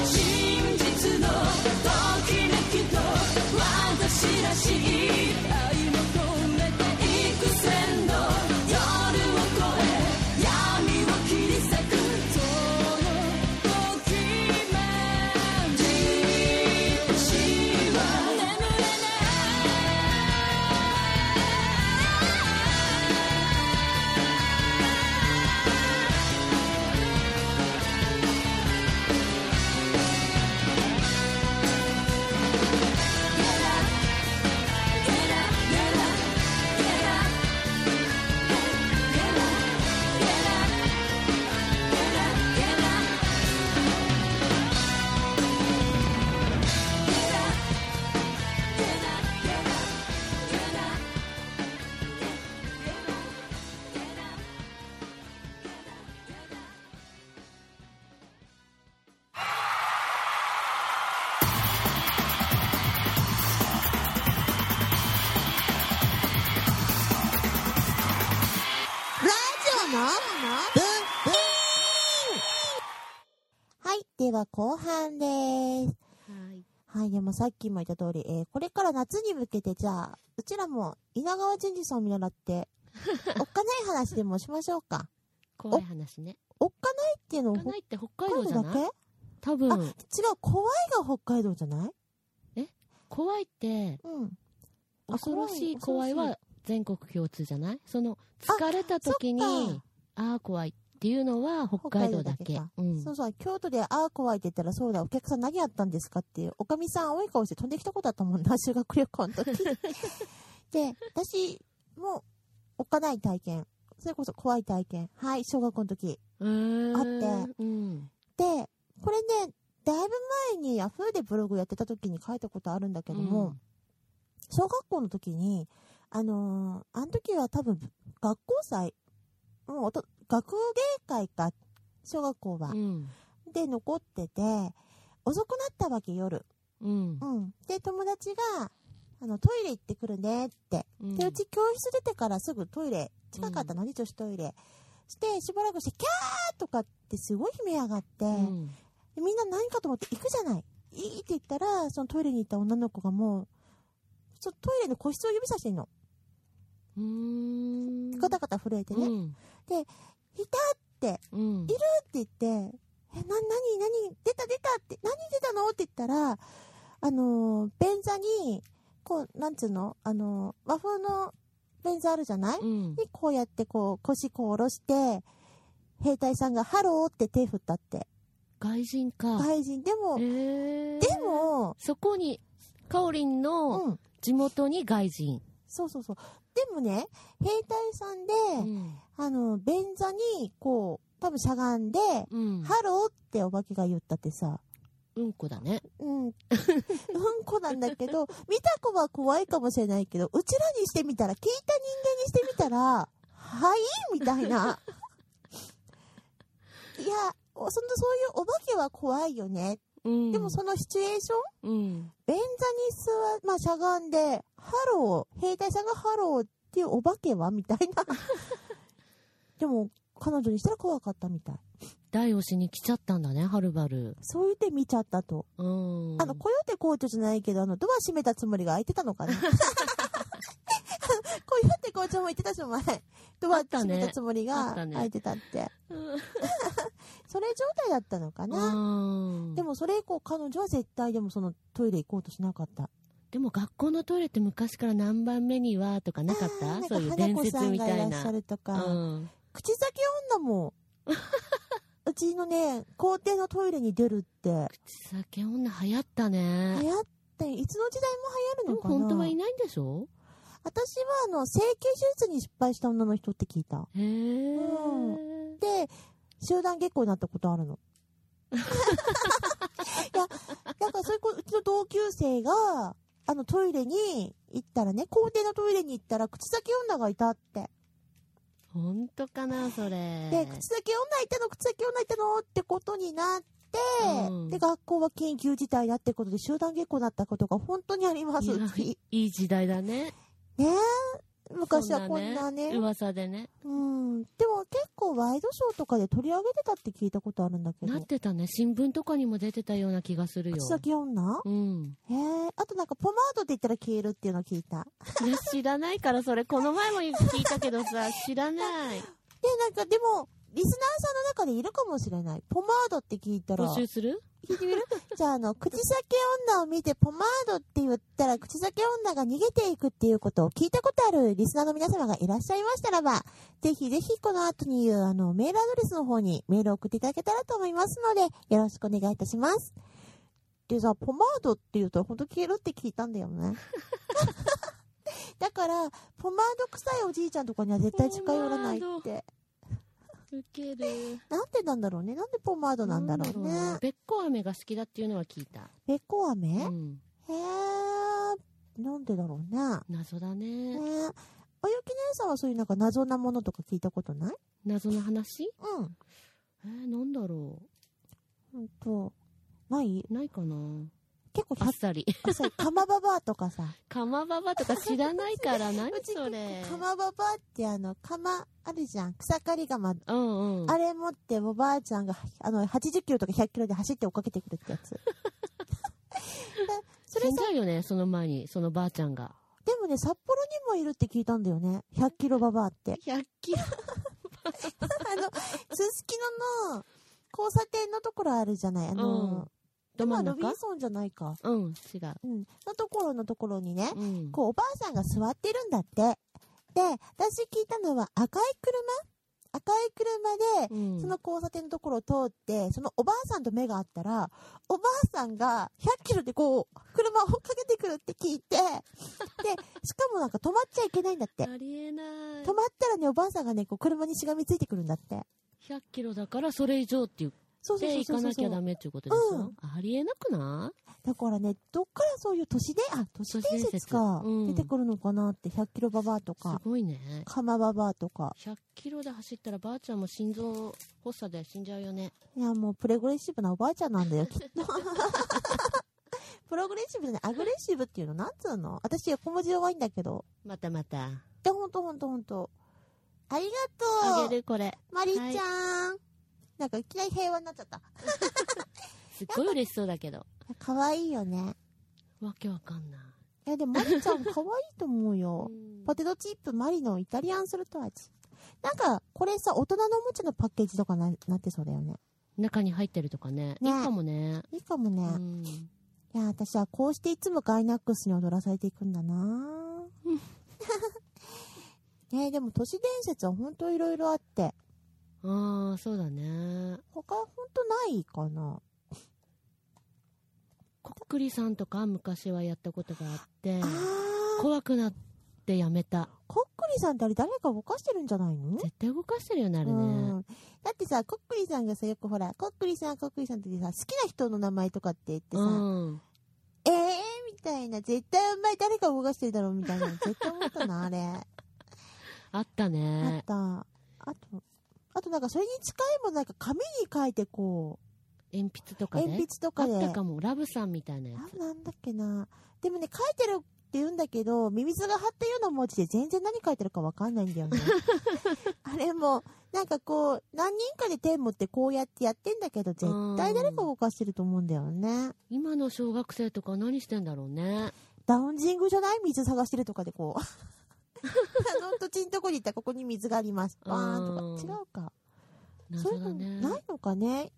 Speaker 4: 真実のときめきと私らしい愛も込めて幾千の夜を越え闇を切り裂くその時まで私は眠れない
Speaker 1: ラジオのブンブンはい、では後半です。
Speaker 2: はい。
Speaker 1: はい、でもさっきも言った通り、えーこれから夏に向けて、じゃあ、うちらも稲川淳二さんを見習って、 おっかない話でもしましょうか。
Speaker 2: 怖い話ね。
Speaker 1: おっかないっていうの
Speaker 2: 行
Speaker 1: は
Speaker 2: かないって北
Speaker 1: 北
Speaker 2: 海道
Speaker 1: 海
Speaker 2: じ
Speaker 1: 道
Speaker 2: ゃ
Speaker 1: だけ
Speaker 2: ない
Speaker 1: 違う、
Speaker 2: 多分、
Speaker 1: 怖いが北海道じゃない
Speaker 2: 怖いって、
Speaker 1: うん。あ
Speaker 2: 恐ろしい怖い
Speaker 1: 怖い
Speaker 2: は全国共通じゃないその、疲れた時に、ああー怖いっていうのは北海道だけ。
Speaker 1: 北海道だけか
Speaker 2: うん
Speaker 1: そうそう、京都で、ああ、怖いって言ったら、そうだ、お客さん何やったんですかっていう、おかみさん青い顔して飛んできたことあったもんな、 修学旅行の 時。で、私も、おっかない体験。それこそ怖い体験。はい、小学校の時。
Speaker 2: うーん。
Speaker 1: あって
Speaker 2: うん。
Speaker 1: で、これね、だいぶ前に Yahoo でブログやってた時に書いたことあるんだけども、小学校の時に、あのーあの時は多分、学校祭、もうおと、学芸会か、小学校は
Speaker 2: う。ん。
Speaker 1: で、残ってて、遅くなったわけ、夜。
Speaker 2: うん
Speaker 1: う。ん。で、友達が、あの、トイレ行ってくるねって。
Speaker 2: うん
Speaker 1: で、うち教室出てからすぐトイレ、近かったのに、女子トイレ。して、しばらくして、キャーとかってすごい悲鳴上がって、
Speaker 2: うん
Speaker 1: でみんな何かと思って行くじゃない。いいって言ったら、そのトイレに行った女の子がもう、ちょっとトイレの個室を指さしてんの。
Speaker 2: うーん。
Speaker 1: ガタガタ震えてね。
Speaker 2: うん。
Speaker 1: いたって
Speaker 2: うん。
Speaker 1: 言って、え、な、なに、なに、出た出たって、何出たのって言ったら、あのー便座に、こう、なんつうのあのー和風の便座あるじゃない、
Speaker 2: うん。
Speaker 1: に、こうやってこう、腰こう下ろして、兵隊さんがハローって手振ったって。
Speaker 2: 外人か。
Speaker 1: 外人。でも、
Speaker 2: へー
Speaker 1: でも、
Speaker 2: そこに、かおりんの
Speaker 1: うん。
Speaker 2: 地元に外人。
Speaker 1: そうそうそう。でもね、兵隊さんで、
Speaker 2: うん。
Speaker 1: あの、便座に、こう、多分しゃがんで、
Speaker 2: うん。
Speaker 1: ハローってお化けが言ったってさ。
Speaker 2: うんこだね。
Speaker 1: うん、うんこなんだけ ど、見た子は怖いかもしれないけど、うちらにしてみたら、聞いた人間にしてみたら、ははいみたい な。いや、おそのそういうお化けは怖いよね。
Speaker 2: うん
Speaker 1: でもそのシチュエーション
Speaker 2: うん
Speaker 1: 便座に座、まあ、しゃがんで、ハロー、兵隊さんがハローっていうお化けはみたい な。でも、彼女にしたら怖かったみたい。
Speaker 2: 大をしに来ちゃったんだねはるばる
Speaker 1: そう言って見ちゃったと。
Speaker 2: うん
Speaker 1: あの、コヨーテ校長じゃないけど、あの、ドア閉めたつもりが開いてたのか な。コヨーテ校長も言ってたし、前。ドア
Speaker 2: あった
Speaker 1: 閉
Speaker 2: ね
Speaker 1: めたつもり
Speaker 2: あ
Speaker 1: が
Speaker 2: ったね
Speaker 1: 開いてたって。
Speaker 2: うん
Speaker 1: それ状態だったのかな。
Speaker 2: うん
Speaker 1: でも、それ以降、彼女は絶対でもそのトイレ行こうとしなかった。
Speaker 2: でも学校のトイレって昔から何番目にはとかなかっ
Speaker 1: あー
Speaker 2: た
Speaker 1: なん
Speaker 2: そ
Speaker 1: か
Speaker 2: ういう
Speaker 1: 花
Speaker 2: 伝
Speaker 1: 子さ
Speaker 2: 説
Speaker 1: ん
Speaker 2: み
Speaker 1: が
Speaker 2: た
Speaker 1: い
Speaker 2: い
Speaker 1: らっ
Speaker 2: な
Speaker 1: しゃるとか。
Speaker 2: うん
Speaker 1: 口先女もうちのね校庭のトイレに出るって
Speaker 2: 酒女流行ったね
Speaker 1: 流行っていつの時代も流行る
Speaker 2: で
Speaker 1: の
Speaker 2: も
Speaker 1: かな
Speaker 2: 本当はいないんでしょ
Speaker 1: 私はあの整形手術に失敗した女の人って聞いた
Speaker 2: へえ、
Speaker 1: うで集団下校になったことある のいやだからそういう子うちの同級生があのトイレに行ったらね校庭のトイレに行ったら口先女がいたって
Speaker 2: 本当かなそれ
Speaker 1: で、口先女いたの、口先女いたのってことになって、
Speaker 2: うん
Speaker 1: で、学校は緊急事態だってことで集団下校だったことが本当にあります。う
Speaker 2: いや
Speaker 1: ち
Speaker 2: いい時代だね
Speaker 1: ねえ昔はこんなね。
Speaker 2: 噂でね
Speaker 1: うん。でも結構ワイドショーとかで取り上げてたって聞いたことあるんだけど
Speaker 2: なっ。てたね新聞とかにも出てたような気がするよ
Speaker 1: 口先女
Speaker 2: うん、
Speaker 1: へえ。あとなんかポマードって言ったら消えるっていうのを聞いた。
Speaker 2: いや知らないからそれこの前も聞いたけどさ知らない
Speaker 1: で、なんかでも、リスナーさんの中でいるかもしれない。ポマードって聞いたら。
Speaker 2: 募集する
Speaker 1: 聞いてみるじゃあ、あの、口先女を見てポマードって言ったら、口先女が逃げていくっていうことを聞いたことあるリスナーの皆様がいらっしゃいましたらば、ぜひぜひこの後に言う、あの、メールアドレスの方にメールを送っていただけたらと思いますので、よろしくお願いいたします。でさ、ポマードって言うと、ほんと消えるって聞いたんだよ ね。だから、ポマード臭いおじいちゃんとかには絶対近寄らないっ
Speaker 2: ポマー
Speaker 1: て。
Speaker 2: ウケる
Speaker 1: なんでなんだろうね。なんでポマードなんだろう
Speaker 2: なん
Speaker 1: ね。
Speaker 2: べっこう飴が好きだっていうのは聞いた
Speaker 1: べっこう飴、
Speaker 2: うん、
Speaker 1: へえ、なんでだろうな。
Speaker 2: 謎だ
Speaker 1: ねえ、
Speaker 2: ね
Speaker 1: おゆき姉さんはそういうなんか謎なものとか聞いたことない
Speaker 2: 謎の話
Speaker 1: うん。
Speaker 2: えー、なんだろ
Speaker 1: ほんと。ない
Speaker 2: うん、ないかな
Speaker 1: 結構
Speaker 2: あ っ
Speaker 1: 100
Speaker 2: さり。
Speaker 1: 歳、かまばばとかさ。
Speaker 2: かまばばとか知らないか ら何
Speaker 1: うち
Speaker 2: それ。
Speaker 1: かまばばってあの、かま、あるじゃん。草刈り鎌。
Speaker 2: うんうん。
Speaker 1: あれ持っておばあちゃんが、あの、80キロとか100キロで走って追っかけてくるってや つ。それ
Speaker 2: 死んじ
Speaker 1: さ、
Speaker 2: ゃうよね、その前に、そのばあちゃんが。
Speaker 1: でもね、札幌にもいるって聞いたんだよね。100キロばばあって。
Speaker 2: 100キロ。
Speaker 1: あの、すすきのの交差点のところあるじゃない。あ
Speaker 2: うん
Speaker 1: の、
Speaker 2: ど
Speaker 1: 今
Speaker 2: 真ん
Speaker 1: ロビ
Speaker 2: 中
Speaker 1: ンソンじゃないか。
Speaker 2: うん、違う。
Speaker 1: うん。のところのところにね、
Speaker 2: うん。
Speaker 1: こうおばあさんが座ってるんだって。で、私聞いたのは赤い車赤い車で、
Speaker 2: うん
Speaker 1: その交差点のところを通って、そのおばあさんと目が合ったら、おばあさんが100キロでこう、車を追っかけてくるって聞いて、で、しかもなんか止まっちゃいけないんだって。
Speaker 2: ありえない
Speaker 1: 止。まったらね、おばあさんがね、こう車にしがみついてくるんだって。
Speaker 2: 100キロだからそれ以上って言っ
Speaker 1: そうそう
Speaker 2: て
Speaker 1: そうそう
Speaker 2: 行か
Speaker 1: そう
Speaker 2: なきゃダメっていうことでしょ、
Speaker 1: うん
Speaker 2: ありえなくな
Speaker 1: だからね、どっからそういう都市で、あ、都市伝説か
Speaker 2: 都市伝、説うん
Speaker 1: 出てくるのかなって、100キロババアと
Speaker 2: いす
Speaker 1: か、
Speaker 2: ごいね。
Speaker 1: カマババアとか、
Speaker 2: 100キロで走ったらばあちゃんも心臓発作で死んじゃうよね。
Speaker 1: いや、もうプレグレッシブなおばあちゃんなんだよ、きっと。 プログレッシブじゃない、アグレッシブっていうの、なんつうの私、横文字弱いんだけど。
Speaker 2: またまた。
Speaker 1: いや、ほんとほんとほんと。ありがとう
Speaker 2: あげるこれ。
Speaker 1: マリちゃん、なんかいきなり平和になっちゃった。
Speaker 2: すっごい嬉しそうだけど。
Speaker 1: かわいいよね。
Speaker 2: わけわかんない。
Speaker 1: いや、でもマリちゃんかわいいと思うよ。
Speaker 2: うん
Speaker 1: ポテトチップマリのイタリアンソルト味。なんか、これさ、大人のおもちゃのパッケージとかななってそうだよね。
Speaker 2: 中に入ってるとかね。
Speaker 1: ね
Speaker 2: いいかもね。
Speaker 1: いいかもね。
Speaker 2: うん。
Speaker 1: いや、私はこうしていつもガイナックスに踊らされていくんだなぁ ねえ、でも都市伝説は本当いろいろあって、
Speaker 2: ああ、そうだね。
Speaker 1: 他本当ないかな。
Speaker 2: こっくりさんとか昔はやったことがあって
Speaker 1: あ、ー、
Speaker 2: 怖くなってやめた。
Speaker 1: コックリさんってあれ誰か動かしてるんじゃないの
Speaker 2: 絶対動かしてるよね、あれ
Speaker 1: う
Speaker 2: ね。
Speaker 1: んだってさ、コックリさんがさ、よくほら、コックリさん、コックリさんってさ、好きな人の名前とかって言って
Speaker 2: う
Speaker 1: さ、
Speaker 2: ん。
Speaker 1: えー みたいな、絶対お前誰か動かしてるだろうみたいな、絶対思ったな、あれ。
Speaker 2: あった
Speaker 1: あっ
Speaker 2: ね。
Speaker 1: た。あと、あとなんかそれに近いもんなんか紙に書いてこ
Speaker 2: 鉛筆と
Speaker 1: う、
Speaker 2: か
Speaker 1: 鉛
Speaker 2: ね
Speaker 1: 筆。とかで。
Speaker 2: あったかも。ラブさんみたいなや
Speaker 1: あ
Speaker 2: つ。
Speaker 1: なんだっけな。でもね、書いてるって言うんだけど、ミミズが張ったような文字で全然何書いてるかわかんないんだよ ね。あれも、なんかこう、何人かでテーマってこうやってやってんだけど、絶対誰か動かしてると思うんだよね。
Speaker 2: 今の小学生とか何してんだろうね。
Speaker 1: ダウンジングじゃない水探してるとかでこう。あの土地のとこに行ったらここに水があります。バーンとか。違
Speaker 2: うん
Speaker 1: うか。そうい
Speaker 2: 謎
Speaker 1: う
Speaker 2: だ
Speaker 1: の
Speaker 2: ね。
Speaker 1: ないのかね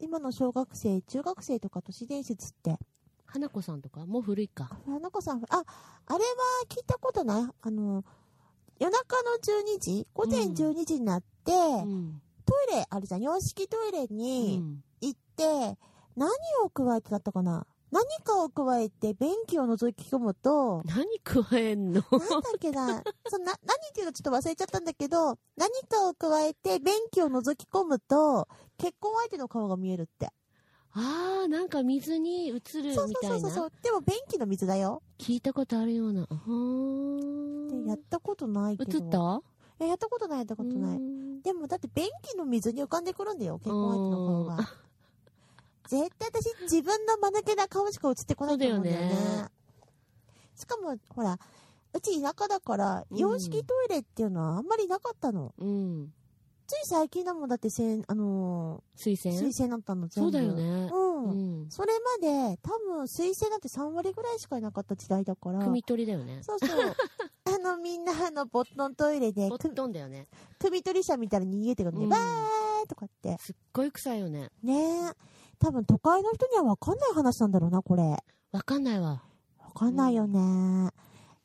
Speaker 1: 今の小学生、中学生とか都市伝説って。
Speaker 2: 花子さんとかもう古いか。
Speaker 1: 花子さん、あ、あれは聞いたことないあの、夜中の12時午前
Speaker 2: うん
Speaker 1: 12時になって、
Speaker 2: うん。
Speaker 1: トイレあるじゃん。洋式トイレ
Speaker 2: う
Speaker 1: に
Speaker 2: ん。、
Speaker 1: 行って、何を加えてだったかな何かを加えて便器を覗き込むと
Speaker 2: 何加えんの
Speaker 1: なんだっけなそんな、何っていうのちょっと忘れちゃったんだけど、何かを加えて便器を覗き込むと、結婚相手の顔が見えるって。
Speaker 2: ああ、なんか水に映る
Speaker 1: そう
Speaker 2: み
Speaker 1: そう
Speaker 2: た
Speaker 1: そう
Speaker 2: い
Speaker 1: そうそ
Speaker 2: な。
Speaker 1: う。でも便器の水だよ。
Speaker 2: 聞いたことあるような。あ
Speaker 1: でやっ
Speaker 2: ー
Speaker 1: たことないけど。
Speaker 2: 映った
Speaker 1: いや、やったことない、やったことな
Speaker 2: う
Speaker 1: い。
Speaker 2: ん
Speaker 1: でも、だって、便器の水に浮かんでくるんだよ、結婚相手の顔
Speaker 2: うん
Speaker 1: が。絶対私、自分の間抜けな顔しか映ってこないと思うんだよね。
Speaker 2: そうだよね
Speaker 1: しかも、ほら、うち田舎だから、
Speaker 2: うん
Speaker 1: 洋式トイレっていうのはあんまりなかったの。
Speaker 2: うん。
Speaker 1: つい最近だもん、だって、せん、あの
Speaker 2: 推
Speaker 1: ー、
Speaker 2: 薦
Speaker 1: 推薦だったの、全
Speaker 2: そ
Speaker 1: 部。
Speaker 2: うだよね。
Speaker 1: うん。
Speaker 2: うん。
Speaker 1: それまで、多分、推薦なんて3割ぐらいしかいなかった時代だから。
Speaker 2: 汲み取りだよね。
Speaker 1: そう そう。あの、みんな、あの、ボットントイレで、
Speaker 2: ほっ
Speaker 1: く
Speaker 2: とんだよね。
Speaker 1: 首取り車みたいに逃げてくるんで、
Speaker 2: うん
Speaker 1: わーとかって。
Speaker 2: すっごい臭いよね。
Speaker 1: ねえ。多分都会の人には分かんない話なんだろうな、これ。分
Speaker 2: わかんないわ。
Speaker 1: かんないよね。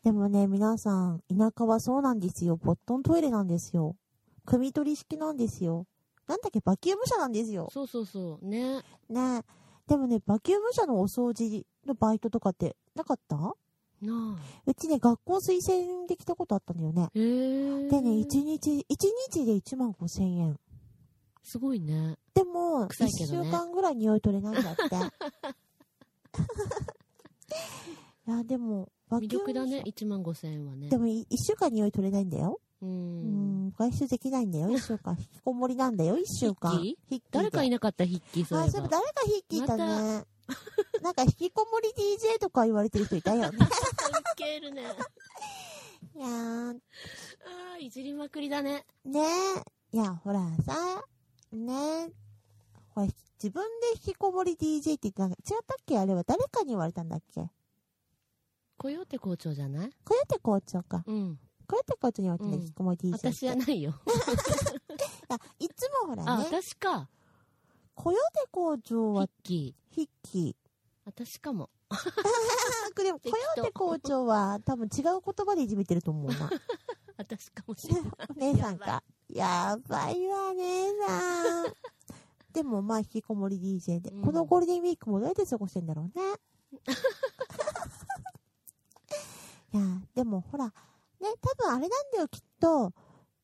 Speaker 1: でもね、皆さん、田舎はそうなんですよ。ボットントイレなんですよ。組取り式なんですよ。なんだっけ、バキューム車なんですよ。
Speaker 2: そうそうそう。ね。
Speaker 1: ねえ。でもね、バキューム車のお掃除のバイトとかってなかった
Speaker 2: なあ。
Speaker 1: うちね、学校推薦できたことあったんだよね。
Speaker 2: へえ。
Speaker 1: でね、1日、1日で1万5千円。
Speaker 2: すごいね。
Speaker 1: でも、
Speaker 2: 臭
Speaker 1: 一
Speaker 2: いけど
Speaker 1: 週
Speaker 2: ね
Speaker 1: 間ぐらい匂い取れないんだって。い や、でも、バ
Speaker 2: 魅力だね。1万5千円はね
Speaker 1: で。も、い一週間匂い取れないんだよ。
Speaker 2: う。
Speaker 1: うんん、外出できないんだよ、一週間。引きこもりなんだよ、一週間。
Speaker 2: 筆記
Speaker 1: 筆記で
Speaker 2: 誰かいなかった筆記そうい
Speaker 1: あ、
Speaker 2: え
Speaker 1: そういえば
Speaker 2: ば。
Speaker 1: 誰か筆記いたね。なんか、引きこもり DJ とか言われてる人い たよね。
Speaker 2: いけるね。
Speaker 1: いやー、ね
Speaker 2: ああ、いじりまくりだね。
Speaker 1: いや、ほらさ、ねほら、自分で引きこもり DJ って言ってなんか、違ったっけあれは誰かに言われたんだっけ
Speaker 2: コヨーテ校長じゃない
Speaker 1: こうやって校長か。
Speaker 2: うん。
Speaker 1: こうやって校長に言われてね、
Speaker 2: うん
Speaker 1: 引きこもり DJ って。
Speaker 2: 私じゃないよ。
Speaker 1: あ、いつもほら
Speaker 2: あ、
Speaker 1: ね、
Speaker 2: 私か。
Speaker 1: コヨーテ校長
Speaker 2: 筆
Speaker 1: は
Speaker 2: 記。
Speaker 1: 筆記。
Speaker 2: 私かも。
Speaker 1: あ、でも、コ
Speaker 2: 適
Speaker 1: ヨ
Speaker 2: 当
Speaker 1: ーテ校長は多分違う言葉でいじめてると思うな。
Speaker 2: 私かもしれない。
Speaker 1: お 姉さんか。やばいわ、姉 さん。でも、まあ、引きこもり DJ で。
Speaker 2: うん
Speaker 1: このゴールデンウィークもどうやって過ごしてんだろう ね。いや、でも、ほら、ね、多分あれなんだよ、きっと。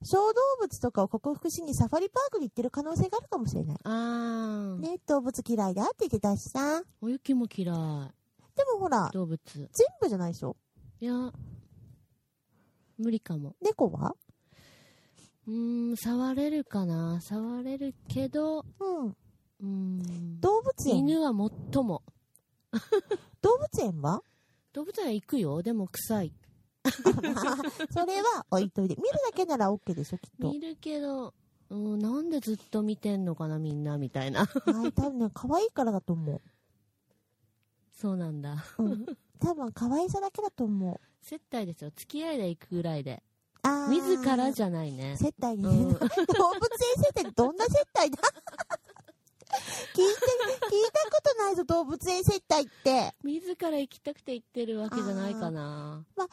Speaker 1: 小動物とかを克服しにサファリパークに行ってる可能性があるかもしれない。
Speaker 2: ああ。
Speaker 1: ね、動物嫌いだって言ってたしさ。
Speaker 2: お雪も
Speaker 1: で
Speaker 2: 嫌い。
Speaker 1: もほら、
Speaker 2: 動物。
Speaker 1: 全部じゃないでしょ。
Speaker 2: いや、無理かも。
Speaker 1: 猫は
Speaker 2: うーん、触れるかな。触れるけど、う
Speaker 1: うん。
Speaker 2: ーん。
Speaker 1: 動物園
Speaker 2: 犬は最も。
Speaker 1: 動物園は
Speaker 2: 動物園は行くよ。でも臭い。
Speaker 1: まあ それは置いといて。見るだけなら OK でしょ、きっと。
Speaker 2: 見るけど、うーん、なんでずっと見てんのかな、みんな、みたいな。
Speaker 1: はい、多分ね、可愛いからだと思
Speaker 2: そうなんだ。
Speaker 1: う。うん。多分可愛さだけだと思う。
Speaker 2: 接待ですよ。付き合いで行くぐらいで。
Speaker 1: あー
Speaker 2: 自らじゃないね。
Speaker 1: 接待ね。
Speaker 2: うん
Speaker 1: 動物園接待どんな接待だ 聞いて、聞いたことないぞ、動物園接待って。
Speaker 2: 自ら行きたくて行ってるわけじゃないかな。
Speaker 1: まあ、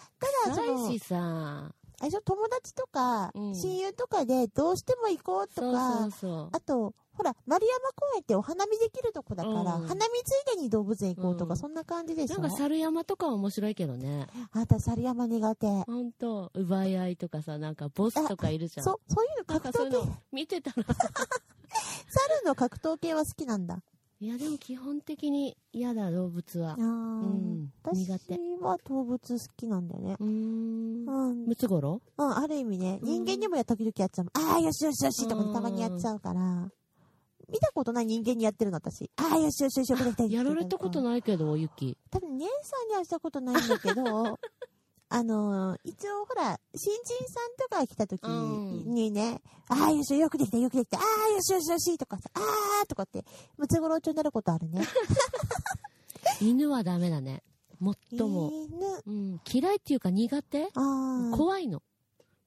Speaker 1: ただ、その
Speaker 2: ない、しさ。
Speaker 1: あれでしょ友達とか、
Speaker 2: うん
Speaker 1: 親友とかでどうしても行こうとか、
Speaker 2: そうそうそう。
Speaker 1: あと、ほら、丸山公園ってお花見できるとこだから、
Speaker 2: うん
Speaker 1: 花見ついでに動物園行こうとか、
Speaker 2: うん
Speaker 1: そんな感じでし
Speaker 2: な
Speaker 1: ょ
Speaker 2: んか猿山とかは面白いけどね。
Speaker 1: あなた、猿山苦手。
Speaker 2: ほんと、奪い合いとかさ、なんかボスとかいるじゃん。
Speaker 1: そ、そういうの
Speaker 2: なん
Speaker 1: 格
Speaker 2: かそう
Speaker 1: 闘
Speaker 2: いう
Speaker 1: 系、
Speaker 2: の見てたら、
Speaker 1: 猿の格闘系は好きなんだ。
Speaker 2: いや、でも基本的に嫌だ、動物は
Speaker 1: あ。ー
Speaker 2: うん
Speaker 1: 私
Speaker 2: 苦手
Speaker 1: は動物好きなんだよね。
Speaker 2: うーん。
Speaker 1: うん、
Speaker 2: ムツゴロウ
Speaker 1: うん、ある意味ね、人間にもや時々やっちゃう。ああ、よしよしよしとかねたまにやっちゃうから。見たことない人間にやってるの、私。ああ、よしよしよし、みたいな。
Speaker 2: やられたこと
Speaker 1: い。
Speaker 2: ないけど、ユキ。
Speaker 1: 多分、姉さんにはしたことないんだけ ど、あのー、一応、ほら、新人さんとかが来た時にね、ああ、よしよし、よくできた、よくできた、ああ、よしよしよし、とかさ、ああ、とかって、ムツゴロウになることあるね。
Speaker 2: 犬はダメだね。もっとも。
Speaker 1: 犬。
Speaker 2: うん。嫌いっていうか苦手
Speaker 1: ああ。
Speaker 2: 怖いの。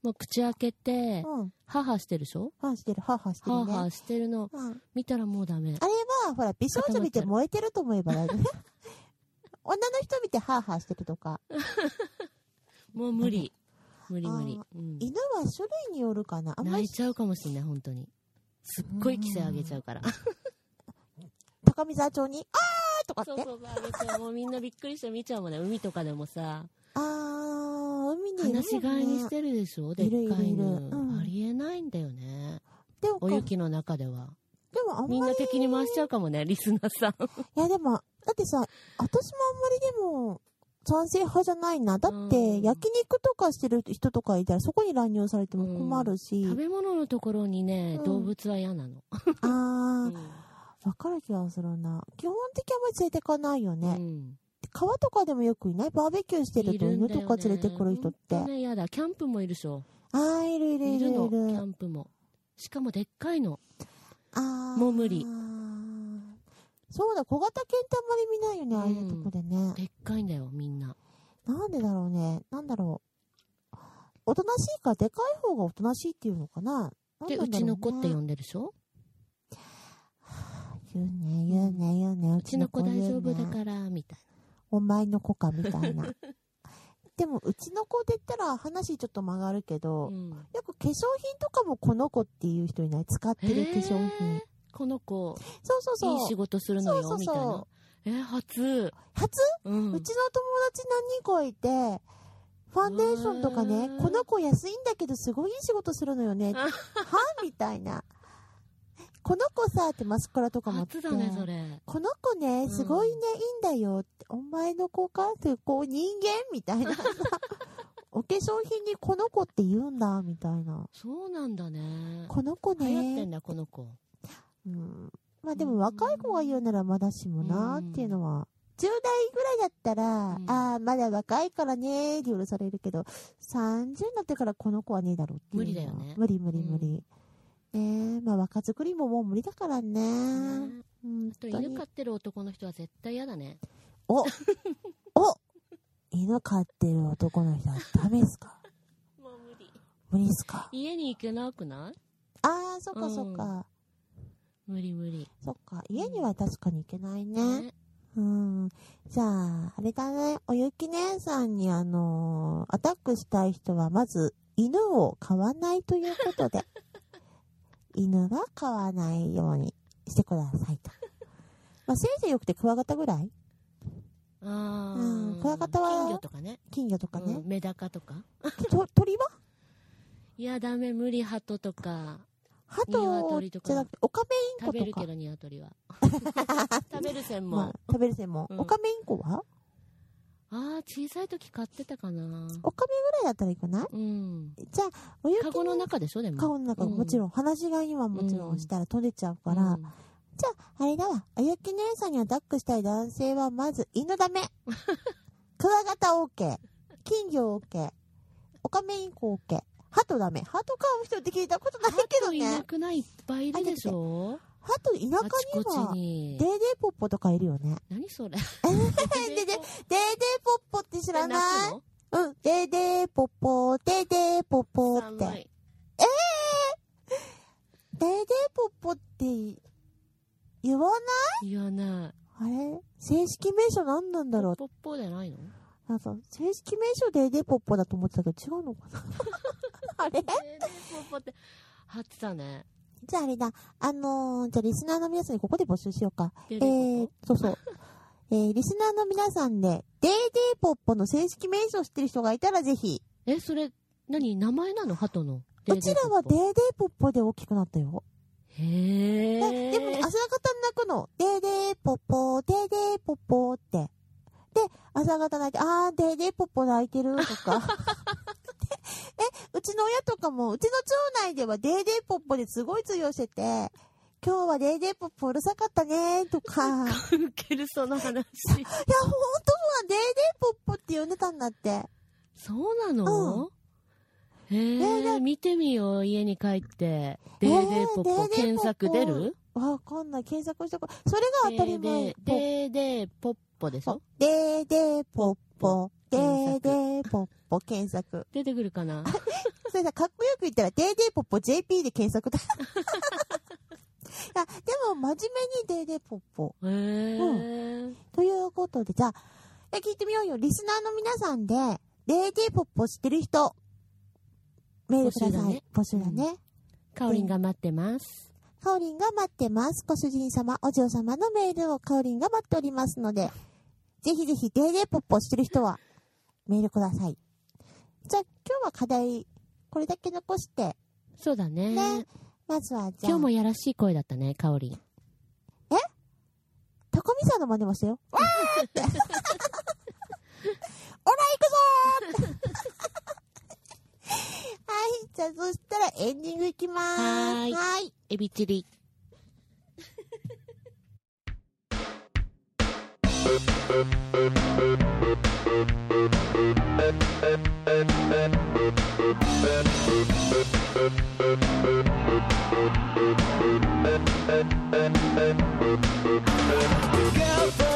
Speaker 2: もう口開けて、
Speaker 1: うん。
Speaker 2: ハーハーしてるでしょ
Speaker 1: はあしてる、はあはあして
Speaker 2: ハ
Speaker 1: る
Speaker 2: ーハ
Speaker 1: ね
Speaker 2: ー。してるの
Speaker 1: うん。
Speaker 2: 見たらもうダメ。
Speaker 1: あれは、ほら、美少女見て燃えてると思えば大丈夫。 女の人見てハーハーしてるとか。
Speaker 2: もう無理。無理
Speaker 1: あー
Speaker 2: 無理。うん
Speaker 1: 犬は種類によるかな。あんま
Speaker 2: 泣
Speaker 1: り
Speaker 2: いちゃうかもしんない、本当に。すっごい規制上げちゃうから。
Speaker 1: 高見沢町に、あーとかって。
Speaker 2: そうそう、上げちゃう。もうみんなびっくりして見ちゃうもんね。海とかでもさ、
Speaker 1: あー、海にい
Speaker 2: 放
Speaker 1: る
Speaker 2: し飼いにしてるでしょで
Speaker 1: い
Speaker 2: っ
Speaker 1: るいる
Speaker 2: かい
Speaker 1: いる
Speaker 2: 犬
Speaker 1: うん。
Speaker 2: ありえないんだよね。
Speaker 1: でも、
Speaker 2: お
Speaker 1: で
Speaker 2: 雪の中では。
Speaker 1: もあん
Speaker 2: みん
Speaker 1: まり
Speaker 2: な、敵に回しちゃうかもね、リスナー さ
Speaker 1: い
Speaker 2: ん。
Speaker 1: やでも、だってさ、私もあんまりでも、賛成派じゃないな。だって、
Speaker 2: うん
Speaker 1: 焼肉とかしてる人とかいたら、そこに乱入されても困るし。
Speaker 2: 食べ物のところにね
Speaker 1: う、ん
Speaker 2: 動物は嫌なの。
Speaker 1: あ
Speaker 2: う
Speaker 1: ー
Speaker 2: ん、
Speaker 1: わかる気がするな。基本的にあんまり連れてかないよね。
Speaker 2: うん
Speaker 1: 川とかでもよくいないバーベキューしてると
Speaker 2: いん
Speaker 1: 犬
Speaker 2: だよ
Speaker 1: とか
Speaker 2: ね
Speaker 1: 連れてくる人って。
Speaker 2: ほんとね、嫌だ。キャンプもいるでしょ。
Speaker 1: あー、いるいるい
Speaker 2: い
Speaker 1: る
Speaker 2: る
Speaker 1: い
Speaker 2: の、キャ
Speaker 1: る。
Speaker 2: ンプも。しかもでっかいの。
Speaker 1: あー
Speaker 2: もう無理。
Speaker 1: そうだ、小型犬ってあんまり見ないよね、ああいうとこでね。
Speaker 2: でっかいんだよ、みんな。
Speaker 1: なんでだろうね。なんだろう。おとなしいから、でかい方がおとなしいっていうのかな。なん
Speaker 2: で、
Speaker 1: な
Speaker 2: うん
Speaker 1: だ
Speaker 2: ち
Speaker 1: ろ
Speaker 2: の子って
Speaker 1: う
Speaker 2: 呼
Speaker 1: ね。
Speaker 2: んでるでしょ
Speaker 1: 言うね、言うね、言うね。う
Speaker 2: うちの子大丈夫だ
Speaker 1: ら。
Speaker 2: から、みたい
Speaker 1: お前の子か、みたいな。でも、うちの子って言ったら話ちょっと曲がるけ
Speaker 2: な。
Speaker 1: ど、
Speaker 2: うん
Speaker 1: よく化粧品とかもこの子っていう人いない使ってる化粧
Speaker 2: へ
Speaker 1: 品
Speaker 2: ー。この子、
Speaker 1: そうそうそう。
Speaker 2: いい仕事するの
Speaker 1: そ
Speaker 2: よ、
Speaker 1: う
Speaker 2: み
Speaker 1: そ
Speaker 2: た
Speaker 1: う
Speaker 2: い
Speaker 1: そ
Speaker 2: な。えー、初。
Speaker 1: 初、
Speaker 2: うん
Speaker 1: うちの友達何人かいて、ファンデーションとかね
Speaker 2: う、ん
Speaker 1: この子安いんだけどすごいいい仕事するのよ ね。はみたいな。この子さ、ってマスカラとか持って。
Speaker 2: 初だね、それ。
Speaker 1: この子ね、すごいね、いいんだよって、お前の子かって、こう人間みたい なさ。お化粧品にこの子って言うんだ、みたいな。
Speaker 2: そうなんだね。
Speaker 1: この子
Speaker 2: 流行って
Speaker 1: ね
Speaker 2: ん。だ、この子。
Speaker 1: うんまあでも若い子が言うならまだしもな
Speaker 2: うん
Speaker 1: っていうのは。10代ぐらいだったら、
Speaker 2: ん
Speaker 1: ああ、まだ若いからねーって許されるけど、30になってからこの子はねえだろっていうのは。
Speaker 2: 無理だよね
Speaker 1: 無理無理無理。ねえ、まあ若作りももう無理だからね。
Speaker 2: ね
Speaker 1: 本
Speaker 2: あ
Speaker 1: 当
Speaker 2: と
Speaker 1: に
Speaker 2: 犬飼ってる男の人は絶対嫌だね。
Speaker 1: おお犬飼ってる男の人はダメですか
Speaker 2: もう無理。
Speaker 1: 無理です か
Speaker 2: 家に行けなくない
Speaker 1: ああ、そっかそっか。
Speaker 2: う無理無理。
Speaker 1: そっか。家には確かに行けないね。
Speaker 2: ね
Speaker 1: うん。じゃあ、あれだね。おゆき姉さんに、あのーアタックしたい人は、まず、犬を飼わないということ で、犬は飼わないようにしてくださいと。まあ、せいぜいよくてクワガタぐらい
Speaker 2: あ
Speaker 1: うん
Speaker 2: ー
Speaker 1: クワガタは
Speaker 2: 金魚とかね。
Speaker 1: 金魚とかね
Speaker 2: うん。メダカとか。
Speaker 1: と鳥 はい
Speaker 2: や、ダメ、無理、鳩とか。
Speaker 1: 鳩
Speaker 2: 鶏
Speaker 1: じ
Speaker 2: とか
Speaker 1: ゃなくて、オカメイン
Speaker 2: 食べ
Speaker 1: コと
Speaker 2: る
Speaker 1: か
Speaker 2: け。ど、ニワト リは。食べる専門。
Speaker 1: まあ、食べる専門。
Speaker 2: うん
Speaker 1: オカメインコは
Speaker 2: ああ、小さい時買ってたかな。
Speaker 1: オカメぐらいだったらいいかな
Speaker 2: うん。
Speaker 1: じゃあ、おゆき
Speaker 2: カゴの中でしょ、でも。
Speaker 1: 顔の中、
Speaker 2: う
Speaker 1: もちろん、放し飼いにはもちろ
Speaker 2: うんん
Speaker 1: したら取れちゃうから、
Speaker 2: うん
Speaker 1: じゃあ、あれだわ。おゆき姉さんにアタックしたい男性は、まず、犬 ダメ。クワガタ OK。金魚 OK。オカメインコ OK。ハトダメ。ハト飼う人って聞いたことないけど
Speaker 2: いな
Speaker 1: ね。
Speaker 2: くないいっぱいいるでしょ
Speaker 1: ハト田舎に
Speaker 2: あちこち
Speaker 1: は、デ
Speaker 2: に
Speaker 1: ーデ。ーポッポとかいるよね。
Speaker 2: 何それ
Speaker 1: デ ーデーデーデーポッポって知らない
Speaker 2: い
Speaker 1: うん。デーデーポッポ、デーデーポッポって。デー
Speaker 2: 寒い。
Speaker 1: デーポッポって言わない
Speaker 2: 言わない。
Speaker 1: あれ正式名称何なんだろう
Speaker 2: ポッポじゃないの
Speaker 1: なんか、正式名称でデポッポだと思ってたけど、違うのかな あれ
Speaker 2: えポッポって、貼ってたね。
Speaker 1: じゃああれだ。あのー、じゃあリスナーの皆さんにここで募集しようか。
Speaker 2: で
Speaker 1: え
Speaker 2: で
Speaker 1: ー、そうそう。えー、リスナーの皆さんで、デーデーポッポの正式名称知ってる人がいたらぜひ。
Speaker 2: え、それ、何名前なの鳩の。
Speaker 1: うちらはデーデーポッポで大きくなったよ。
Speaker 2: えへ
Speaker 1: で
Speaker 2: え。
Speaker 1: でもね、朝方泣くの。でーでーぽっぽー、でーでーぽっぽーって。で、朝方泣いて、あーでーでーぽっぽ泣いてると か。でえ、うちの親とかも、うちの町内ではでーでーぽっぽですごい通用してて、今日はでーでーぽっぽうるさかったねーとか。
Speaker 2: ウケるそ の話。
Speaker 1: いや、ほんとは、デーデーポッポって呼んでたんだって。
Speaker 2: そうなの、へ
Speaker 1: ねえ
Speaker 2: え、
Speaker 1: だ
Speaker 2: 見てみよう、家に帰って。デーデー
Speaker 1: ねえデーデーポ
Speaker 2: ポポ
Speaker 1: ポ
Speaker 2: 検索出る
Speaker 1: わかんない。検索してこい。それが当たり前。
Speaker 2: デーデーデーポッポでしょ
Speaker 1: デーデーポッポ。デー
Speaker 2: 検索
Speaker 1: デーポッポ検索。
Speaker 2: 出てくるかな
Speaker 1: それさ、かっこよく言ったら、デーデーポッポ JP で検索だ。いや、でも真面目にデーデーポッポ。
Speaker 2: へえ。
Speaker 1: ということで、じゃあ、いや聞いてみようよ。リスナーの皆さんで、デーデーポッポ知ってる人、メールください。
Speaker 2: 募集だね
Speaker 1: 募集だね。
Speaker 2: かおりんが待ってます。
Speaker 1: かおりんが待ってます。ご主人様、お嬢様のメールをかおりんが待っておりますので、ぜひぜひ、デーデーポッポしてる人は、メールください。じゃあ、今日は課題、これだけ残して、
Speaker 2: そうだね。
Speaker 1: ねまずは、じゃあ、
Speaker 2: 今日もやらしい声だったね、かおりん。
Speaker 1: 高見さんの真似ましたよ。わー って。おら、 行くぞーはい、じゃあ、そしたらエンディングいきまーす。
Speaker 2: はーい
Speaker 1: はい。
Speaker 2: エビチリ。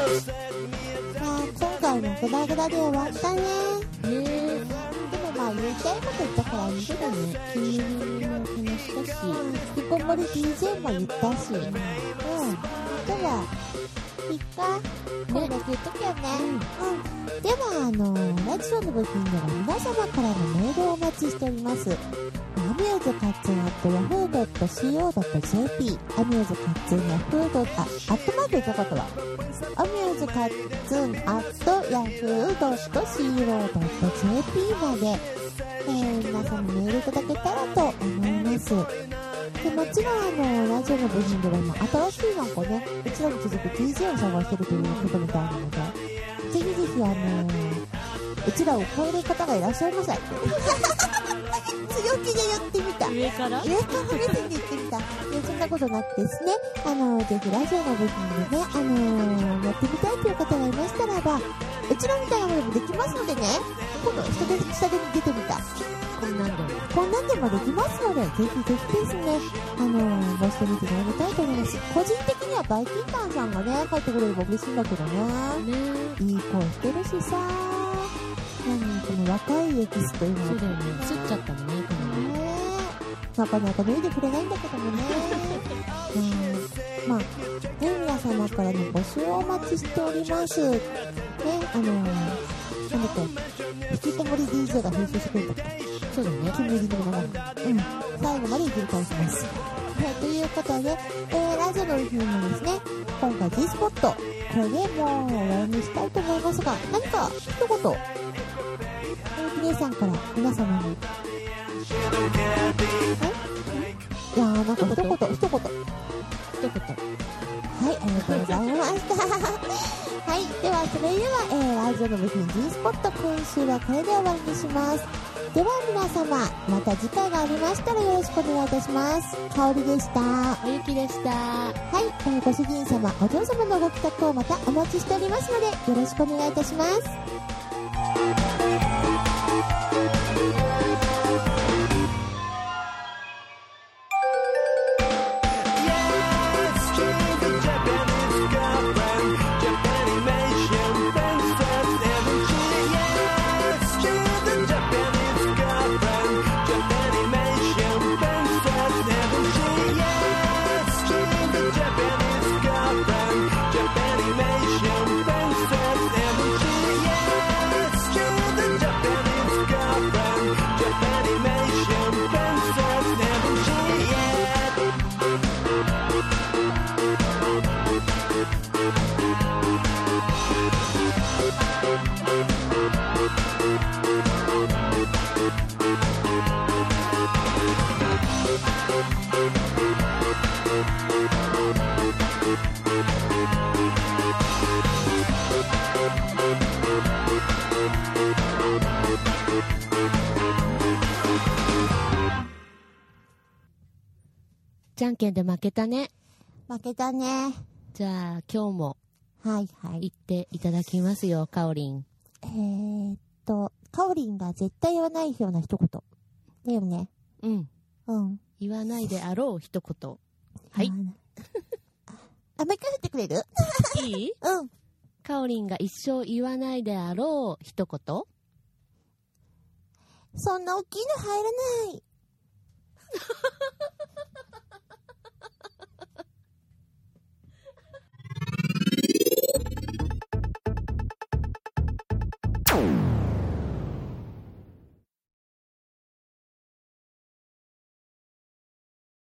Speaker 1: まあ、今回のグダグダで終わったね。
Speaker 2: ねえ。
Speaker 1: でもまあ、言いたいこと言ったからいいけどね。
Speaker 2: 君も話したし、
Speaker 1: 引きこもり DJ も言ったし、うん、では、いっか、これだけ言っとくよね。うん。では、あの、ラジオの部品では皆様からのメールをお待ちしております。アミューズカッツンアットヤフー .co.jp アミューズカッツンヤフードあ、アットマークったことはアミューズカッツンアットヤフー .co.jp まで、えー、皆さんにメールいただけたらと思います。でもちろんあのラジオの部品では今新しいなんかねうちらに続く DJ を探してるということみたいなのでぜひぜひあのうちらを超える方がいらっしゃいませ 強気で言ってみた
Speaker 2: 上から
Speaker 1: 上から目線で言ってみた。いやそんなことなくてですね、あの、ぜひラジオの部分でね、あのやってみたいという方がいましたらば、うちらみたいなものもできますのでね、今度、下で、下で出てみた。
Speaker 2: こんなんでも。
Speaker 1: こんなんでもできますので、ぜひぜひですね、あのごしてみてもらいたいと思います。個人的にはバイキンタンさんがね、帰ってくれれば嬉しいんだけどね。
Speaker 2: ね
Speaker 1: いい声してるしさ、何この若いエキスというの
Speaker 2: そ
Speaker 1: は
Speaker 2: うだよね。つっちゃったもんね、このね。
Speaker 1: ねなかなか脱いでくれないんだけどもね。うん、まあ、ね、皆様からの募集をお待ちしております。ね、あのー、なんだっけ、引きこもり DJ が編集してくれたっけ
Speaker 2: そうだね。
Speaker 1: 煙の長い。うん。最後まで繰り返します。はい、ということで、えー、ラジオの日もですね、今回 G スポット、これでもう終わりにしたいと思いますが、何か一言、えー、姉さんから皆様に。えいやー、なんか一言、一言。
Speaker 2: 一言。
Speaker 1: はい、ありがとうございました。はい、ではそれでは、えー、ラジオの部品 G スポット今週はこれで終わりにします。では皆様、また次回がありましたらよろしくお願いいたします。香りでした。は
Speaker 2: おゆきでした。
Speaker 1: い、えーご主人様、お嬢様のご帰宅をまたお待ちしておりますので、よろしくお願いいたします。
Speaker 4: 「
Speaker 2: じゃんけんで負けたね。
Speaker 1: 負けたね。
Speaker 2: じゃあ、今日も
Speaker 1: はいはい。
Speaker 2: 行っていただきますよ、かおりん。
Speaker 1: えー、っと、かおりんが絶対言わないような一言。だよね。
Speaker 2: うん。
Speaker 1: うん。
Speaker 2: 言わないであろう、一言。はい。
Speaker 1: あ、もう一回振ってくれる
Speaker 2: いい
Speaker 1: うん。
Speaker 2: かおりんが一生言わないであろう、一言。
Speaker 1: そんな大きいの入らない。